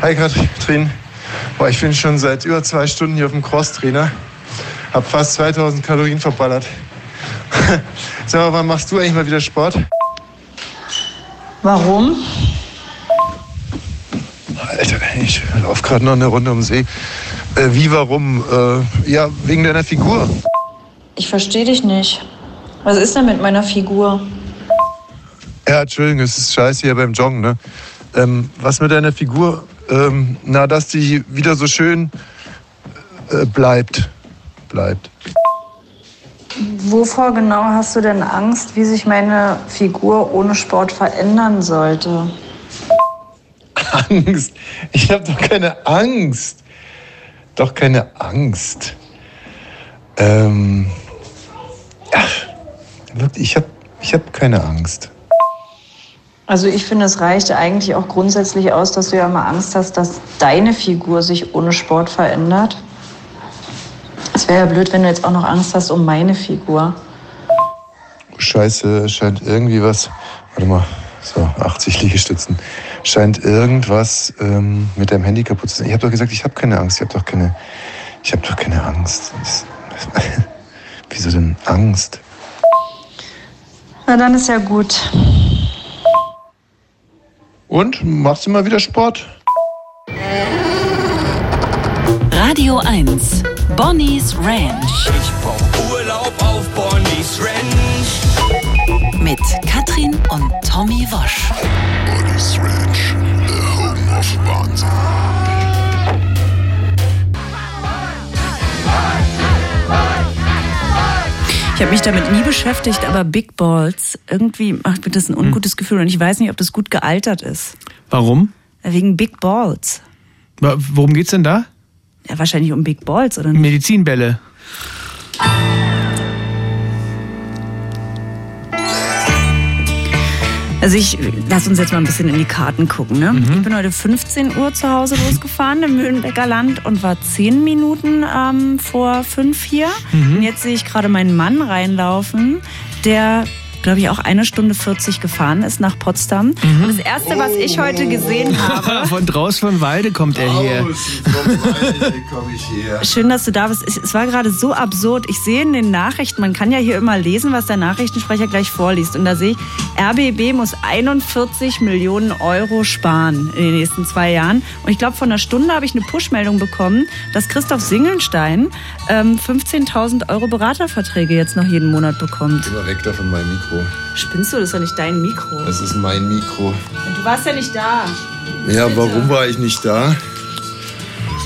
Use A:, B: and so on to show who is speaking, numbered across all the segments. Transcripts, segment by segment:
A: Hi Katrin. Boah, ich bin schon seit über zwei Stunden hier auf dem Crosstrainer. Hab fast 2000 Kalorien verballert. Sag mal, wann machst du eigentlich mal wieder Sport?
B: Warum?
A: Alter, ich laufe gerade noch eine Runde um den See. Äh, wie, warum? Äh, ja, wegen deiner Figur.
B: Ich verstehe dich nicht. Was ist denn mit meiner Figur?
A: Ja, Entschuldigung, es ist scheiße hier beim Joggen, ne? Ähm, was mit deiner Figur? Ähm, na, dass die wieder so schön äh, bleibt. Bleibt.
B: Wovor genau hast du denn Angst, wie sich meine Figur ohne Sport verändern sollte?
A: Angst. Ich habe doch keine Angst. Doch keine Angst. Ähm. Ach, wirklich, ich habe ich hab keine Angst.
B: Also ich finde, es reicht eigentlich auch grundsätzlich aus, dass du ja mal Angst hast, dass deine Figur sich ohne Sport verändert. Es wäre ja blöd, wenn du jetzt auch noch Angst hast um meine Figur.
A: Scheiße, scheint irgendwie was. Warte mal, so 80 Liegestützen. Scheint irgendwas ähm, mit deinem Handy kaputt zu sein. Ich habe doch gesagt, ich habe keine Angst. Ich habe doch keine. Ich habe doch keine Angst. Das, das, wieso denn Angst?
B: Na dann ist ja gut.
A: Und machst du mal wieder Sport?
C: Radio 1. Bonnie's Ranch.
D: Ich brauch Urlaub auf Bonnie's Ranch.
C: Mit Katrin und Tommy Wosch.
E: Bonnie's Ranch, the home of Wahnsinn.
F: Ich habe mich damit nie beschäftigt, aber Big Balls, irgendwie macht mir das ein ungutes Gefühl und ich weiß nicht, ob das gut gealtert ist.
G: Warum?
F: Wegen Big Balls.
G: Wa- Worum geht's denn da?
F: Ja, wahrscheinlich um Big Balls, oder nicht?
G: Medizinbälle.
F: Also ich, lass uns jetzt mal ein bisschen in die Karten gucken. Ne?
G: Mhm.
F: Ich bin heute 15 Uhr zu Hause losgefahren im Mühlenbecker Land und war 10 Minuten ähm, vor 5 hier.
G: Mhm.
F: Und jetzt sehe ich gerade meinen Mann reinlaufen, der glaube ich, auch eine Stunde 40 gefahren ist nach Potsdam.
G: Mhm.
F: Und das Erste, was ich heute gesehen habe,
G: Von draus von Walde kommt er hier.
A: komme ich hier.
F: Schön, dass du da bist. Ich- Es war gerade so absurd. Ich sehe in den Nachrichten, man kann ja hier immer lesen, was der Nachrichtensprecher gleich vorliest. Und da sehe ich, RBB muss 41 Millionen Euro sparen in den nächsten zwei Jahren. Und ich glaube, vor einer Stunde habe ich eine Push-Meldung bekommen, dass Christoph Singelstein ähm, 15.000 Euro Beraterverträge jetzt noch jeden Monat bekommt.
H: Immer weg da von meinem Mikro. Also
F: Spinnst du? Das ist doch nicht dein Mikro.
H: Das ist mein Mikro.
F: Du warst ja nicht da.
H: Ja, warum war ich nicht da?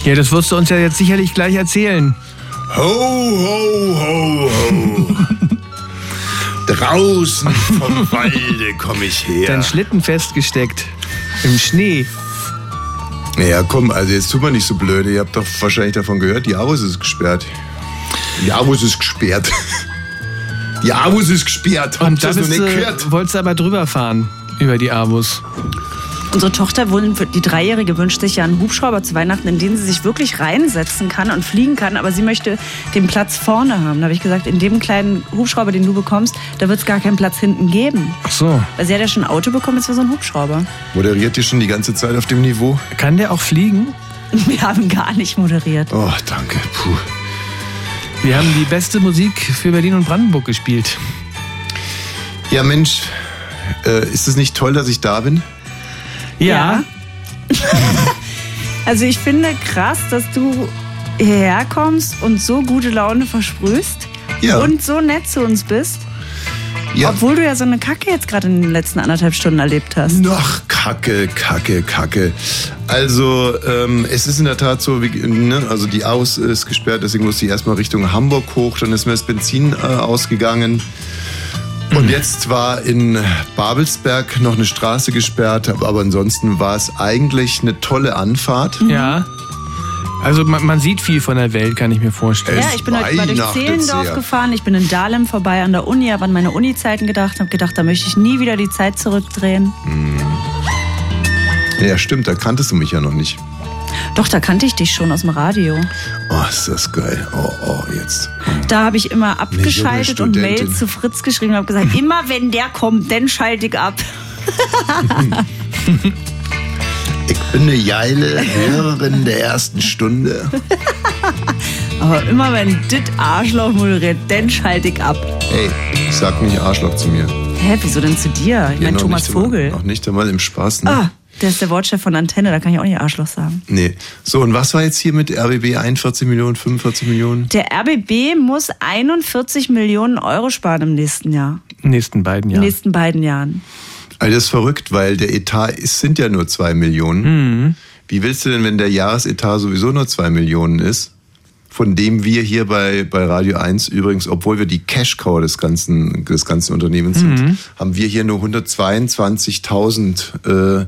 G: Ja, das wirst du uns ja jetzt sicherlich gleich erzählen.
H: Ho, ho, ho, ho. Draußen vom Walde komme ich her.
G: Dein Schlitten festgesteckt. Im Schnee.
H: Ja, komm, also jetzt tut man nicht so blöde. Ihr habt doch wahrscheinlich davon gehört, die Avus ist gesperrt. Die Avus ist gesperrt. Die Avus ist gesperrt. Habt
G: Und da
H: ihr das noch
G: bist
H: nicht
G: du,
H: gehört?
G: wolltest du aber drüber fahren. Über die Avus.
F: Unsere Tochter, wun- die Dreijährige, wünscht sich ja einen Hubschrauber zu Weihnachten, in den sie sich wirklich reinsetzen kann und fliegen kann, aber sie möchte den Platz vorne haben. Da habe ich gesagt, in dem kleinen Hubschrauber, den du bekommst, da wird es gar keinen Platz hinten geben.
G: Ach so.
F: Weil sie hat ja schon ein Auto bekommen, jetzt wäre so ein Hubschrauber.
H: Moderiert ihr schon die ganze Zeit auf dem Niveau?
G: Kann der auch fliegen?
F: Wir haben gar nicht moderiert.
H: Oh, danke. Puh.
G: Wir haben die beste Musik für Berlin und Brandenburg gespielt.
H: Ja, Mensch, äh, ist es nicht toll, dass ich da bin?
F: Ja. Also ich finde krass, dass du hierher kommst und so gute Laune versprühst
H: Ja.
F: und so nett zu uns bist,
H: Ja.
F: obwohl du ja so eine Kacke jetzt gerade in den letzten anderthalb Stunden erlebt hast.
H: Noch Kacke, Kacke, Kacke. Also ähm, es ist in der Tat so, wie, ne, also die Aus ist gesperrt, deswegen musste ich erstmal Richtung Hamburg hoch, dann ist mir das Benzin äh, ausgegangen.
G: Mhm.
H: Und jetzt war in Babelsberg noch eine Straße gesperrt, aber ansonsten war es eigentlich eine tolle Anfahrt.
G: Ja. Also man, man sieht viel von der Welt, kann ich mir vorstellen.
F: Ja,
H: Es
F: ich bin heute mal durch
H: weihnachtet
F: Zehlendorf
H: sehr.
F: gefahren, ich bin in Dahlem vorbei an der Uni, habe an meine Uni-Zeiten gedacht, habe gedacht, da möchte ich nie wieder die Zeit zurückdrehen.
H: Hm. Ja, stimmt, da kanntest du mich ja noch nicht.
F: Doch, da kannte ich dich schon aus dem Radio.
H: Oh, ist das geil. Oh, oh, jetzt.
F: Da habe ich immer abgeschaltet und
H: Studentin.
F: Mails zu Fritz geschrieben und habe gesagt, immer wenn der kommt, dann schalte ich ab.
H: Ich bin eine geile Hörerin der ersten Stunde.
F: Aber immer wenn dit Arschloch moderiert, dann schalte ich ab.
H: Ey, sag nicht Arschloch zu mir.
F: Hä, wieso denn zu dir? Ich
H: Ja,
F: meine
H: noch
F: Thomas
H: Genau, nicht einmal-
F: Vogel.
H: Noch nicht einmal im Spaß, ne?
F: Ah, der ist der Wortchef von Antenne, da kann ich auch nicht Arschloch sagen.
H: Nee. So, und was war jetzt hier mit RBB? 41 Millionen, 45 Millionen?
F: Der RBB muss 41 Millionen Euro sparen im nächsten Jahr.
G: den nächsten beiden
F: In den
G: Jahren.
F: nächsten beiden Jahren.
H: All Also das ist verrückt, weil der Etat ist, sind ja nur 2 Millionen. Wie willst du denn, wenn der Jahresetat sowieso nur 2 Millionen ist? Von dem wir hier bei, bei Radio 1 übrigens, obwohl wir die Cash-Cow des ganzen, des ganzen Unternehmens sind, haben wir hier nur 122.000 äh,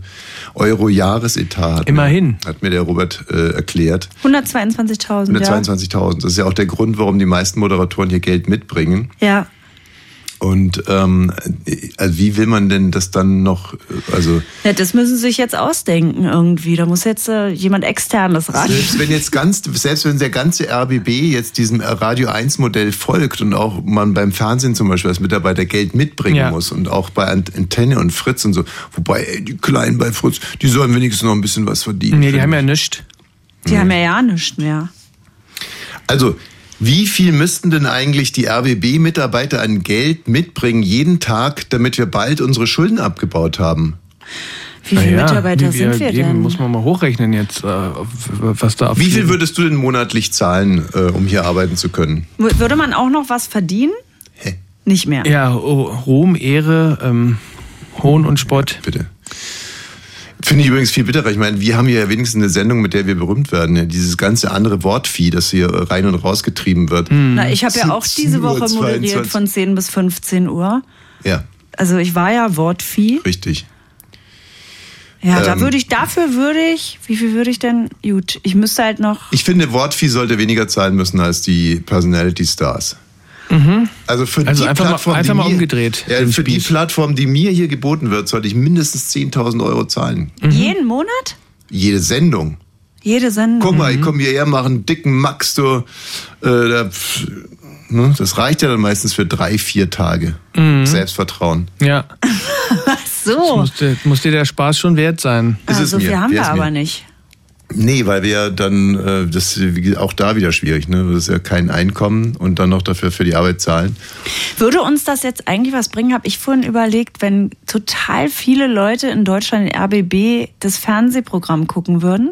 H: Euro Jahresetat. Hat
G: Immerhin.
H: Mir, hat mir der Robert äh, erklärt.
F: 122.000, ja.
H: 122.000. Das ist ja auch der Grund, warum die meisten Moderatoren hier Geld mitbringen.
F: Ja,
H: Und ähm, also wie will man denn das dann noch, äh, also
F: Ja, das müssen sie sich jetzt ausdenken irgendwie. Da muss jetzt äh, jemand externes ran.
H: selbst wenn jetzt ganz, selbst wenn der ganze RBB jetzt diesem Radio 1 Modell folgt und auch man beim Fernsehen zum Beispiel als Mitarbeiter Geld mitbringen
G: Ja.
H: muss und auch bei Ant- Antenne und Fritz und so, wobei ey, die Kleinen bei Fritz, die sollen wenigstens noch ein bisschen was verdienen.
G: Nee, die haben ja nichts.
F: Die haben ja
H: Mhm.
F: ja nichts mehr.
H: Also, wie viel müssten denn eigentlich die RBB-Mitarbeiter an Geld mitbringen jeden Tag, damit wir bald unsere Schulden abgebaut haben?
F: Wie viele
G: Naja,
F: Mitarbeiter
G: wie
F: sind wir
G: eben,
F: denn?
G: Muss man mal hochrechnen jetzt, äh, was da
H: Wie viel
G: abgeht.
H: würdest du denn monatlich zahlen, äh, um hier arbeiten zu können?
F: W- Würde man auch noch was verdienen?
H: Hä?
F: Nicht mehr.
G: Ja, oh, Ruhm, Ehre, ähm, Hohn und Spott.
H: Bitte. Finde ich übrigens viel bitterer. Ich meine, wir haben hier ja wenigstens eine Sendung, mit der wir berümt werden. Ja, Dieses ganze andere Wortvieh, das hier äh, rein und rausgetrieben wird.
G: Hm.
F: Na, ich habe ja auch
H: 17
F: diese
H: Uhr
F: Woche moderiert
H: 22.
F: von 10 bis 15 Uhr.
H: Ja,
F: Also ich war ja Wortvieh.
H: richtig.
F: Ja, da
H: Ähm.
F: würde ich, dafür würde ich, wie viel würde ich denn? Gut, ich müsste halt noch.
H: Ich finde, Wortvieh sollte weniger zahlen müssen als die Personality Stars. Also für
G: Also
H: die
G: einfach mal-
H: Plattform,
G: einfach
H: die
G: mal
H: mir,
G: umgedreht,
H: Ja,
G: den
H: für die
G: Spieß.
H: Plattform, die mir hier geboten wird, sollte ich mindestens 10.000 Euro zahlen.
F: Jeden Monat?
H: Jede Sendung.
F: Jede Sendung.
H: Guck mal,
G: Mhm.
H: ich komme hierher, mache einen dicken Max, du. Äh, da, pf, ne, das reicht ja dann meistens für drei, vier Tage.
G: Mhm.
H: Selbstvertrauen.
G: Ja,
F: so.
G: muss, dir- muss dir der Spaß schon wert sein.
H: Ist
F: Ah,
H: es
F: so
H: mir.
F: viel haben
H: Wär's
F: wir
H: mir.
F: aber nicht.
H: Nee, weil wir ja dann, äh, das ist wie gesagt, auch da wieder schwierig, ne? Das ist ja kein Einkommen und dann noch dafür für die Arbeit zahlen.
F: Würde uns das jetzt eigentlich was bringen, habe ich vorhin überlegt, wenn total viele Leute in Deutschland in RBB das Fernsehprogramm gucken würden?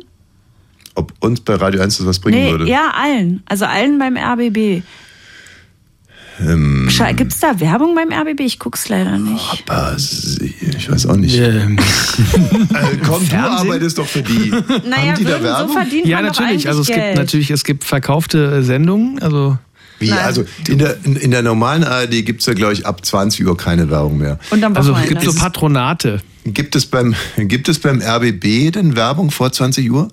H: Ob uns bei Radio 1 das was bringen
F: Nee,
H: würde.
F: ja, allen. Also allen beim RBB.
H: Ähm.
F: Gibt es da Werbung beim RBB? Ich guck's leider nicht.
H: Aber s- Ah, ich weiß auch nicht.
G: Ähm,
H: Äh, komm, du
G: Fernsehen?
H: arbeitest doch für die.
F: Naja,
H: Haben die da
F: würden so
H: Werbung?
F: verdienen
G: ja,
F: man doch
G: natürlich.
F: eigentlich
G: Also es
F: Geld.
G: gibt natürlich, es gibt verkaufte äh, Sendungen. Also
H: Wie? Also in der, in, in der normalen ARD gibt's ja, glaube ich, ab 20 Uhr keine Werbung mehr.
F: Und am
G: also es
F: Wochenende.
G: gibt so Patronate.
H: Gibt es beim, gibt es beim RBB denn Werbung vor 20 Uhr?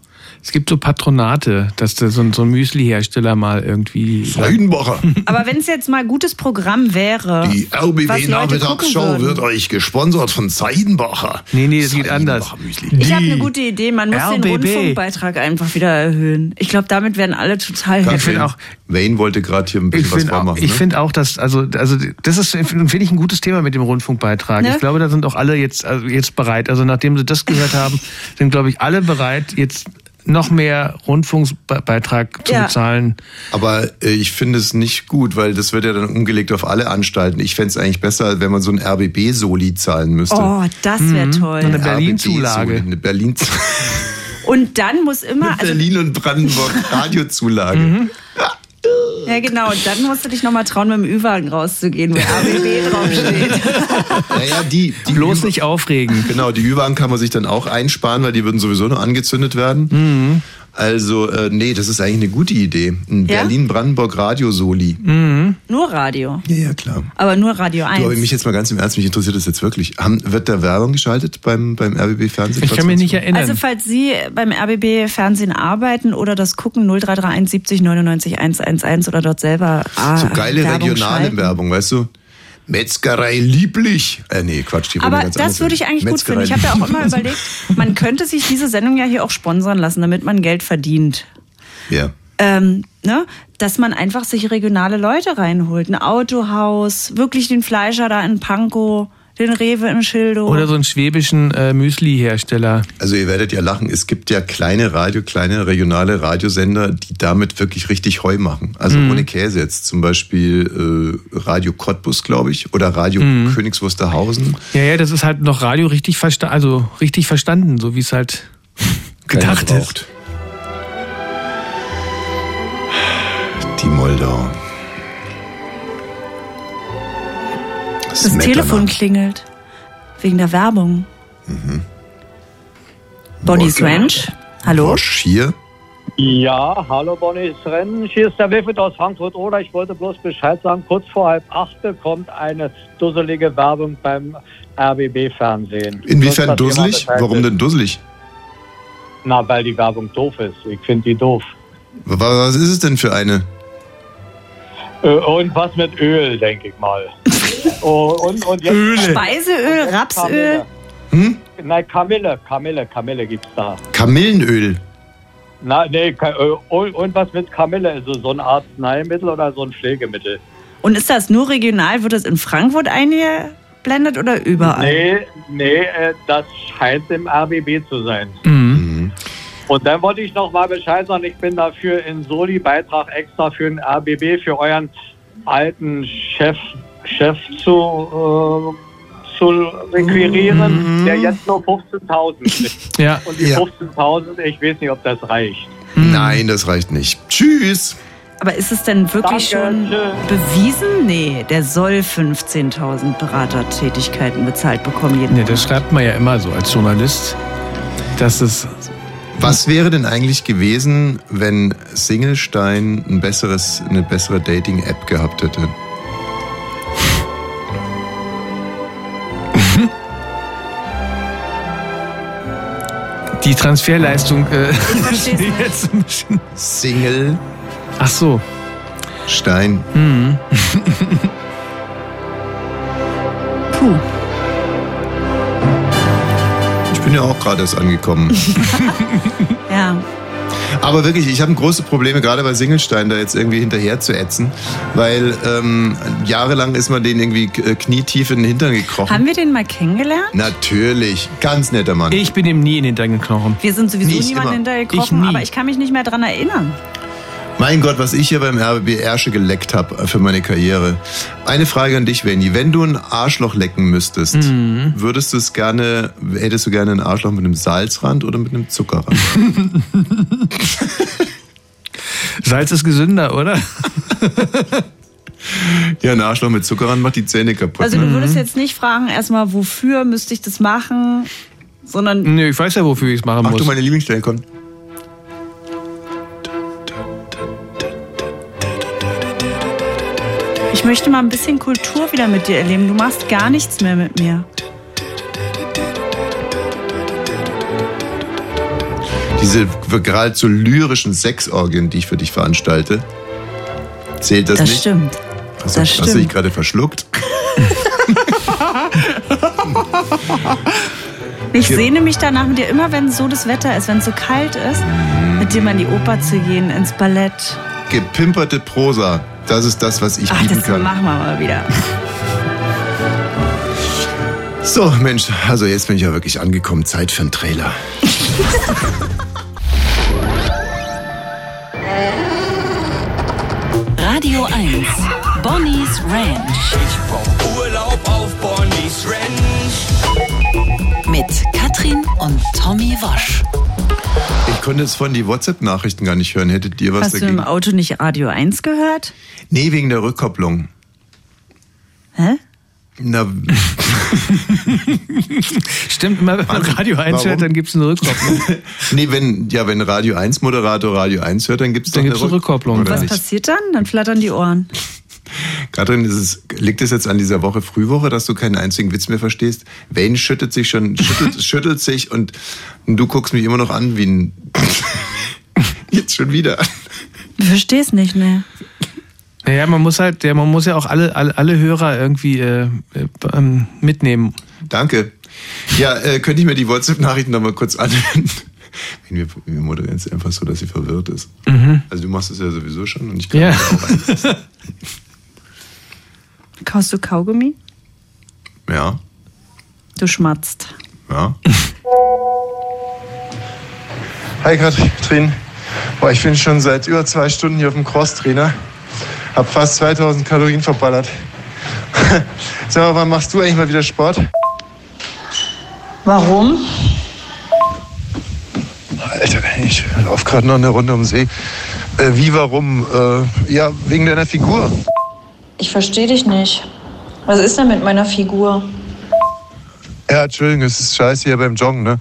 G: Es gibt so Patronate, dass da so, ein- so ein Müsli-Hersteller mal irgendwie.
H: Freudenbacher.
F: Aber wenn es jetzt mal gutes Programm wäre,
H: Die
F: was Leute gucken
H: RBB-Nachmittagsshow
F: würden.
H: wird euch gesponsert von Seidenbacher.
G: Nee, nee, es geht anders.
H: Seidenbacher Müsli.
F: Ich habe
G: Die
F: eine gute Idee, man muss den
G: RBB.
F: Rundfunkbeitrag einfach wieder erhöhen. Ich glaube, damit werden alle total happy.
H: Ich
G: find
H: finde
G: auch-
H: auch. Wayne wollte gerade hier ein
G: Ich
H: bisschen was
G: finde auch,
H: vormachen.
G: ich
H: ne?
G: find auch, dass, also, also das ist, finde ich, ein gutes Thema mit dem Rundfunkbeitrag.
F: Ne?
G: Ich glaube, da sind auch alle jetzt, also jetzt bereit. Also nachdem sie das gehört haben, sind, glaube ich, alle bereit, jetzt noch mehr Rundfunkbeitrag zu
F: Ja.
G: bezahlen.
H: Aber äh, ich finde es nicht gut, weil das wird ja dann umgelegt auf alle Anstalten. Ich fände es eigentlich besser, wenn man so ein RBB-Soli zahlen müsste. Mhm.
F: Oh, das wäre toll.
G: Mhm. Eine Berlin-Zulage.
H: RBB-Soli, Eine Berlin
F: Und dann muss immer, also,
H: Berlin und Brandenburg Radiozulage.
G: Mhm.
F: ja genau, und dann musst du dich nochmal trauen, mit dem Ü-Wagen rauszugehen, wo RBB draufsteht.
H: Naja, die, die
G: Bloß nicht aufregen.
H: Genau, die Ü-Wagen kann man sich dann auch einsparen, weil die würden sowieso nur angezündet werden.
G: Mhm.
H: Also, äh, nee, das ist eigentlich eine gute Idee. Ein
F: Ja?
H: Berlin-Brandenburg-Radio-Soli.
F: Nur Radio.
H: Mhm. Ja, ja, klar.
F: Aber nur Radio
H: Du, aber
F: 1.
H: mich jetzt mal ganz im Ernst, mich interessiert das jetzt wirklich. Haben, wird da Werbung geschaltet beim, beim RBB-Fernsehen?
G: Ich kann mich nicht erinnern.
F: Also falls Sie beim RBB Fernsehen arbeiten oder das gucken, 0331 70 99 111 oder dort selber ah,
H: So geile
F: Werbung
H: regionale
F: schalten.
H: Werbung, weißt du? Metzgerei lieblich. Äh, nee, Quatsch, die
F: Aber
H: wollen ganz anders
F: das würde ich
H: sein.
F: eigentlich gut
H: Metzgerei
F: finden. Ich habe ja auch
H: Lieblich.
F: immer überlegt, man könnte sich diese Sendung ja hier auch sponsern lassen, damit man Geld verdient.
H: Ja.
F: ähm, ne, dass man einfach sich regionale Leute reinholt. Ein Autohaus, wirklich den Fleischer da in Pankow. den Rewe in Schildo.
G: Oder so einen schwäbischen äh, Müsli-Hersteller.
H: Also ihr werdet ja lachen, es gibt ja kleine Radio, kleine regionale Radiosender, die damit wirklich richtig Heu machen. Also ohne Käse jetzt zum Beispiel äh, Radio Cottbus, glaube ich, oder Radio Königs Wusterhausen.
G: Ja, ja, das ist halt noch Radio richtig, versta also richtig verstanden, so wie es halt
H: Keiner
G: gedacht ist.
H: braucht. Die Moldau.
F: das Telefon klingelt. Wegen der Werbung. Bonnie's
H: Wolken.
F: Ranch. Hallo?
H: Bosch hier.
I: Ja, hallo Bonnie's Rennen. Hier ist der Wiffet aus Frankfurt oder ich wollte bloß Bescheid sagen, kurz vor halb acht kommt eine dusselige Werbung beim RBB-Fernsehen.
H: Inwiefern
I: Bloß, dass jemand
H: dusselig?
I: Bescheid
H: Warum
I: wisst.
H: denn dusselig?
I: Na, weil die Werbung doof ist. Ich finde die doof.
H: Wa- wa- Was ist es denn für eine?
I: Äh, Und was mit Öl, denke ich mal. Oh, und, und jetzt
G: Öle.
F: Speiseöl, Rapsöl.
I: Kamille.
H: Hm?
I: Nein, Kamille, Kamille, Kamille gibt's da.
H: Kamillenöl.
I: Na, nee, Ka- äh, und, und was mit Kamille? Also so ein Arzneimittel oder so ein Pflegemittel?
F: Und ist das nur regional? Wird das in Frankfurt eingeblendet oder überall?
I: Nee, nee, äh, das scheint im RBB zu sein.
G: Mhm.
I: Und dann wollte ich noch mal Bescheid sagen, ich bin dafür in Soli Beitrag extra für den RBB, für euren alten Chef, Chef zu, äh, zu requirieren, der jetzt nur 15.000 kriegt.
G: Ja.
I: Und die
H: Ja.
I: 15.000, ich weiß nicht, ob das reicht.
H: Nein, das reicht nicht. Tschüss.
F: Aber ist es denn wirklich
I: Danke,
F: schon
I: tschüss.
F: bewiesen? Nee, der soll 15.000 Beratertätigkeiten bezahlt bekommen jeden
G: Nee, das
F: Monat.
G: schreibt man ja immer so als Journalist, dass es
H: Was wäre denn eigentlich gewesen, wenn Singlestein ein besseres, eine bessere Dating-App gehabt hätte?
G: die Transferleistung äh,
F: versteh's nicht.
G: jetzt ein bisschen.
H: Singlestein.
G: Ach so. Hm.
F: Puh.
H: Ich bin ja auch gerade erst angekommen.
F: Ja.
H: Aber wirklich, ich habe große Probleme, gerade bei Singlestein da jetzt irgendwie hinterher zu ätzen, weil ähm, jahrelang ist man den irgendwie äh, knietief in den Hintern gekrochen.
F: Haben wir den mal kennengelernt?
H: Natürlich, ganz netter Mann.
G: Ich bin ihm nie in den Hintern geknochen.
F: Wir sind sowieso
H: Nie, ich
F: niemanden
H: immer.
G: Ich
F: hintergekrochen,
G: nie.
F: aber ich kann mich nicht mehr dran erinnern.
H: Mein Gott, was ich hier beim RBB Ärsche geleckt habe für meine Karriere. Eine Frage an dich, Wendy. Wenn du ein Arschloch lecken müsstest,
G: Mhm.
H: würdest du es gerne, hättest du gerne ein Arschloch mit einem Salzrand oder mit einem Zuckerrand?
G: Salz ist gesünder, oder?
H: ja, ein Arschloch mit Zuckerrand macht die Zähne kaputt.
F: Also du
G: Mhm.
F: würdest jetzt nicht fragen, erstmal, wofür müsste ich das machen, sondern
G: Nö, ich weiß ja, wofür ich es machen
H: Ach
G: muss.
H: du, meine Lieblingsstelle, komm.
F: ich möchte mal ein bisschen Kultur wieder mit dir erleben. Du machst gar nichts mehr mit mir.
H: Diese gerade so lyrischen Sexorgien, die ich für dich veranstalte. Zählt das,
F: Das
H: nicht?
F: stimmt.
G: Also,
H: Hast du-
F: das
H: Hast du dich
F: stimmt.
H: gerade verschluckt?
F: Ich
H: Genau.
F: sehne mich danach mit dir immer, wenn so das Wetter ist, wenn es so kalt ist,
H: Mhm.
F: mit dir mal in die Oper zu gehen, ins Ballett.
H: Gepimperte Prosa. Das ist das, was ich
F: Ach,
H: bieten
F: das
H: kann.
F: machen wir mal wieder.
H: So, Mensch, also jetzt bin ich ja wirklich angekommen. Zeit für einen Trailer.
C: Radio 1. Bonnie's Ranch.
D: Ich brauch Urlaub auf Bonnie's Ranch.
C: Mit Katrin und Tommy Wasch.
H: Ich konnte jetzt von die WhatsApp-Nachrichten gar nicht hören. Hättet ihr was
F: Hast du
H: dagegen?
F: im Auto nicht Radio 1 gehört?
H: Nee, wegen der Rückkopplung.
F: Hä?
H: Na,
G: Stimmt, immer wenn man
H: Wahnsinn.
G: Radio
H: Warum?
G: einschaltet, dann gibt es eine Rückkopplung.
H: nee, wenn, ja, wenn Radio 1 Moderator Radio 1 hört, dann gibt es doch
G: Dann gibt's eine Rückkopplung.
H: Oder
F: Was
H: nicht?
F: passiert dann? Dann flattern die Ohren.
H: Katrin, ist es, liegt es jetzt an dieser Woche Frühwoche, dass du keinen einzigen Witz mehr verstehst? Wayne schüttelt sich schon, schüttelt, schüttelt sich und du guckst mich immer noch an wie ein... jetzt schon wieder.
F: Ich versteh's nicht mehr.
G: Naja, man muss halt, ja, man muss ja auch alle, alle, alle Hörer irgendwie äh, äh, ähm, mitnehmen.
H: Danke. Ja, äh, könnte ich mir die WhatsApp-Nachrichten noch mal kurz anhören? Wir, wir moderieren es einfach so, dass sie verwirrt ist.
F: Mhm.
H: Also du machst es ja sowieso schon und ich kann
G: Ja.
H: mir auch eins.
F: Kaust du Kaugummi?
H: Ja.
F: Du schmatzt.
H: Ja.
A: Hi Katrin. Boah, ich bin schon seit über zwei Stunden hier auf dem Crosstrainer. Hab fast 2000 Kalorien verballert. Sag mal, wann machst du eigentlich mal wieder Sport?
B: Warum?
A: Alter, ich laufe gerade noch eine Runde um den See. Äh, wie, warum? Äh, ja, wegen deiner Figur.
B: Ich verstehe dich nicht. Was ist denn mit meiner Figur?
A: Ja, Entschuldigung, es ist scheiße hier beim Joggen, ne?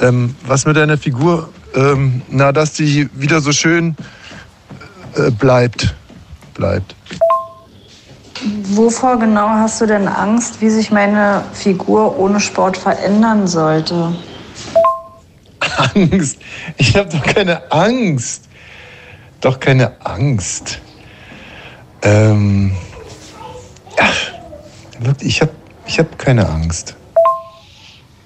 A: Ähm, was mit deiner Figur? Ähm, na, dass die wieder so schön äh, bleibt. Bleibt.
B: Wovor genau hast du denn Angst, wie sich meine Figur ohne Sport verändern sollte?
A: Angst. Ich habe doch keine Angst. Doch keine Angst. Ähm, ach, wirklich, ich habe ich hab keine Angst.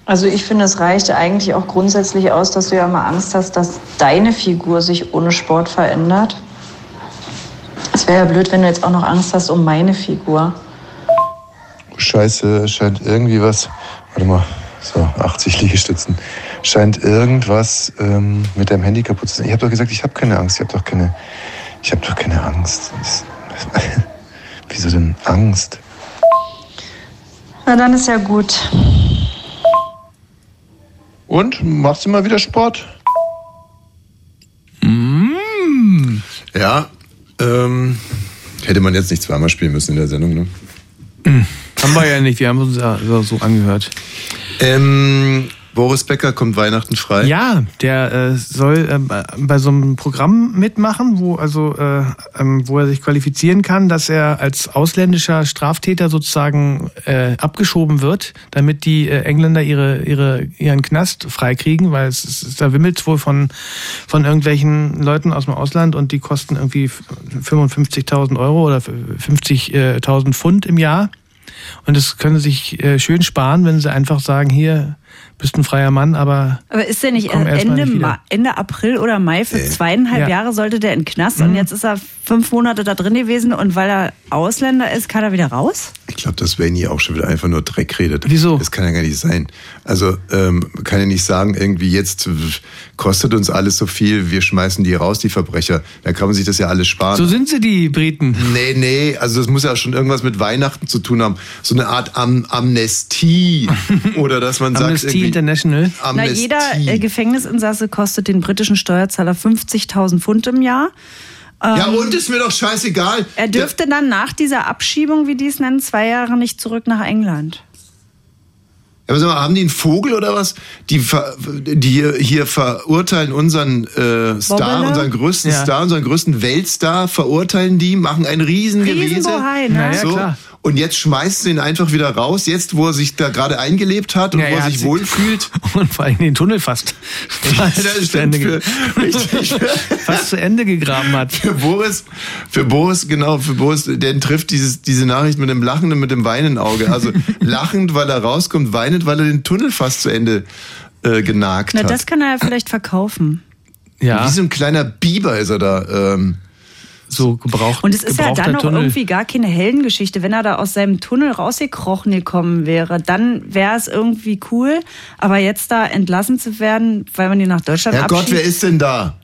B: Also ich finde, es reicht eigentlich auch grundsätzlich aus, dass du ja immer Angst hast, dass deine Figur sich ohne Sport verändert. Es wäre ja blöd, wenn du jetzt auch noch Angst hast um meine Figur.
A: Scheiße, scheint irgendwie was. Warte mal, so 80 Liegestützen. Scheint irgendwas ähm, mit deinem Handy kaputt zu sein. Ich habe doch gesagt, ich habe keine Angst. Ich habe doch keine. Ich habe doch keine Angst. Das, das, wieso denn Angst?
B: Na dann ist ja gut.
A: Und machst du mal wieder Sport?
G: Mm.
H: Ja. Ähm, hätte man jetzt nicht zweimal spielen müssen in der Sendung, ne?
G: Mm. Haben wir ja nicht, wir haben uns ja so so angehört.
H: Ähm, Boris Becker kommt Weihnachten frei.
G: Ja, der äh, soll äh, bei- bei so einem Programm mitmachen, wo also äh, ähm, wo er sich qualifizieren kann, dass er als ausländischer Straftäter sozusagen äh, abgeschoben wird, damit die äh, Engländer ihre ihre ihren Knast freikriegen, weil es, ist- da wimmelt wohl von von irgendwelchen Leuten aus dem Ausland und die kosten irgendwie 55.000 Euro oder 50.000 Pfund im Jahr. Und das können sie sich äh, schön sparen, wenn sie einfach sagen, hier bist ein freier Mann, aber
F: Aber ist der nicht
G: Komm erst mal
F: Ende,
G: nicht wieder.
F: Ma- Ende April oder Mai für zweieinhalb
G: Ja.
F: Jahre sollte der in den Knast und jetzt ist er fünf Monate da drin gewesen und weil er Ausländer ist, kann er wieder raus?
H: Ich glaube, dass Wayne hier auch schon wieder einfach nur Dreck redet.
G: Wieso?
H: Das kann ja gar nicht sein. Also ähm, kann ja nicht sagen, irgendwie jetzt äh, kostet uns alles so viel, wir schmeißen die raus, die Verbrecher. Da kann man sich das ja alles sparen.
G: so sind sie die Briten.
H: Ah, ne. Nee, nee, also das muss ja schon irgendwas mit Weihnachten zu tun haben. So eine Art Am Amnestie. Oder dass man sagt.
G: Amnesty
H: irgendwie-
G: International.
F: Na,
H: Amnestie.
F: jeder äh, Gefängnisinsasse kostet den britischen Steuerzahler 50.000 Pfund im Jahr. Ähm,
H: ja, und ist mir doch scheißegal.
F: Er dürfte dann nach dieser Abschiebung, wie die es nennen, zwei Jahre nicht zurück nach England.
H: Ja, aber sag mal, haben die einen Vogel oder was? Die, ver, die hier verurteilen unseren äh, Star,
F: Bobbele?
H: unseren größten
G: Ja.
H: Star, unseren größten Weltstar, verurteilen die, machen ein Riesengewese.
F: Riesenbohai, ne?
G: Naja,
H: so.
G: klar.
H: Und jetzt schmeißt sie ihn einfach wieder raus, jetzt wo er sich da gerade eingelebt hat und
G: Ja,
H: wo
G: er
H: er
G: hat
H: sich
G: sie-
H: wohlfühlt.
G: Und vor allem den Tunnel fast. Fast,
H: das
G: zu
H: stimmt
G: Ende ge-
H: für- richtig.
G: fast zu Ende gegraben hat.
H: Für Boris, für Boris, genau, für Boris, den trifft dieses, diese Nachricht mit dem lachenden, mit dem weinenden Auge. Also lachend, weil er rauskommt, weinend, weil er den Tunnel fast zu Ende äh, genagt
F: Na,
H: hat.
F: das kann er ja vielleicht verkaufen.
G: Ja,
H: Wie so ein kleiner Biber ist er da. Ähm,
G: so gebraucht.
F: Und es ist ja
G: gebrauchter
F: dann noch
G: Tunnel.
F: irgendwie gar keine Heldengeschichte. Wenn er da aus seinem Tunnel rausgekrochen gekommen wäre, dann wäre es irgendwie cool. Aber jetzt da entlassen zu werden, weil man ihn nach Deutschland
H: Herr Gott,
F: abschiebt.
H: wer ist denn da?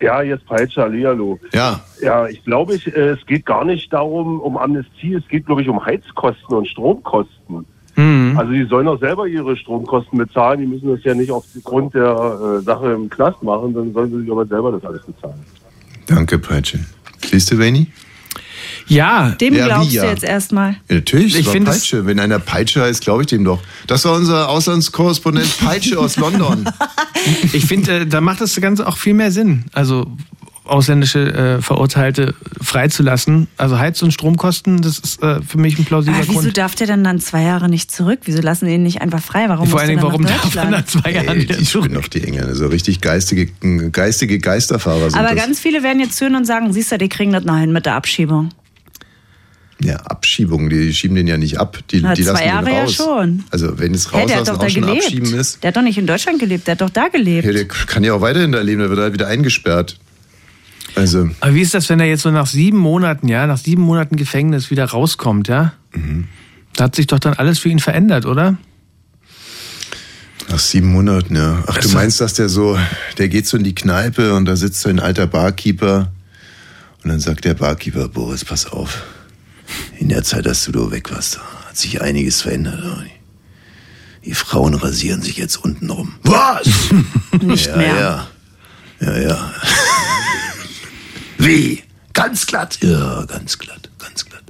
J: Ja, jetzt Peitsche, Hallihallo.
H: Ja.
J: Ja, ich glaube, ich, äh, es geht gar nicht darum, um Amnestie, es geht, glaube ich, um Heizkosten und Stromkosten.
G: Mhm.
H: Hm?
J: Also die sollen auch selber ihre Stromkosten bezahlen, die müssen das ja nicht aufgrund der äh, Sache im Knast machen, dann sollen sie sich aber selber das alles bezahlen.
H: Danke, Peitsche. Siehst du, Benny?
G: ja,
F: Dem
H: Ja, wie
F: glaubst
H: ja?
F: du jetzt erstmal.
H: Ja, natürlich,
G: Ich
H: ich war
G: find es-
H: Peitsche. Wenn einer Peitsche heißt, glaube ich dem doch. Das war unser Auslandskorrespondent Peitsche aus London.
G: ich finde, äh, da macht das Ganze auch viel mehr Sinn. Also ausländische äh, Verurteilte freizulassen. Also Heiz- und Stromkosten, das ist äh, für mich ein plausibler
F: Aber Ah, wieso
G: Grund.
F: darf der denn dann zwei Jahre nicht zurück? Wieso lassen die ihn nicht einfach frei? Warum
G: Vor
F: muss
G: allen
F: der
G: Dingen, warum
F: dann nach
G: darf man
F: Deutschland?
G: nach zwei Jahren
H: Ey,
G: wieder
H: die
G: zurück?
H: spielen doch die Engländer. So richtig geistige, geistige Geisterfahrer sind
F: Aber
H: Also das.
F: ganz viele werden jetzt hören und sagen, siehst du, die kriegen das noch hin mit der Abschiebung.
H: ja, Abschiebung. Die schieben den ja nicht ab. Die,
F: Na,
H: die
F: zwei
H: lassen
F: Jahre
H: den
F: ja
H: raus.
F: schon.
H: Also wenn es
F: Hä, der hat
H: rauslassen
F: doch da
H: auch schon
F: gelebt.
H: abschieben ist.
F: Der hat doch nicht in Deutschland gelebt, der hat doch da gelebt.
H: Ja, der kann ja auch weiterhin da leben. Der wird halt wieder eingesperrt. Also...
G: Aber wie ist das, wenn er jetzt so nach sieben Monaten, ja, nach sieben
H: mhm.
G: Monaten Gefängnis wieder rauskommt, ja? Da hat sich doch dann alles für ihn verändert, oder?
H: Nach sieben Monaten, ja. Ach, du meinst, dass der so, der geht so in die Kneipe und da sitzt so ein alter Barkeeper und dann sagt der Barkeeper, Boris, pass auf, in der Zeit, dass du da weg warst, da hat sich einiges verändert. Die Frauen rasieren sich jetzt unten rum. Was?
F: Nicht
H: ja,
F: mehr.
H: Ja, ja, ja. Wie? Ganz glatt? Ja, ganz glatt, ganz glatt.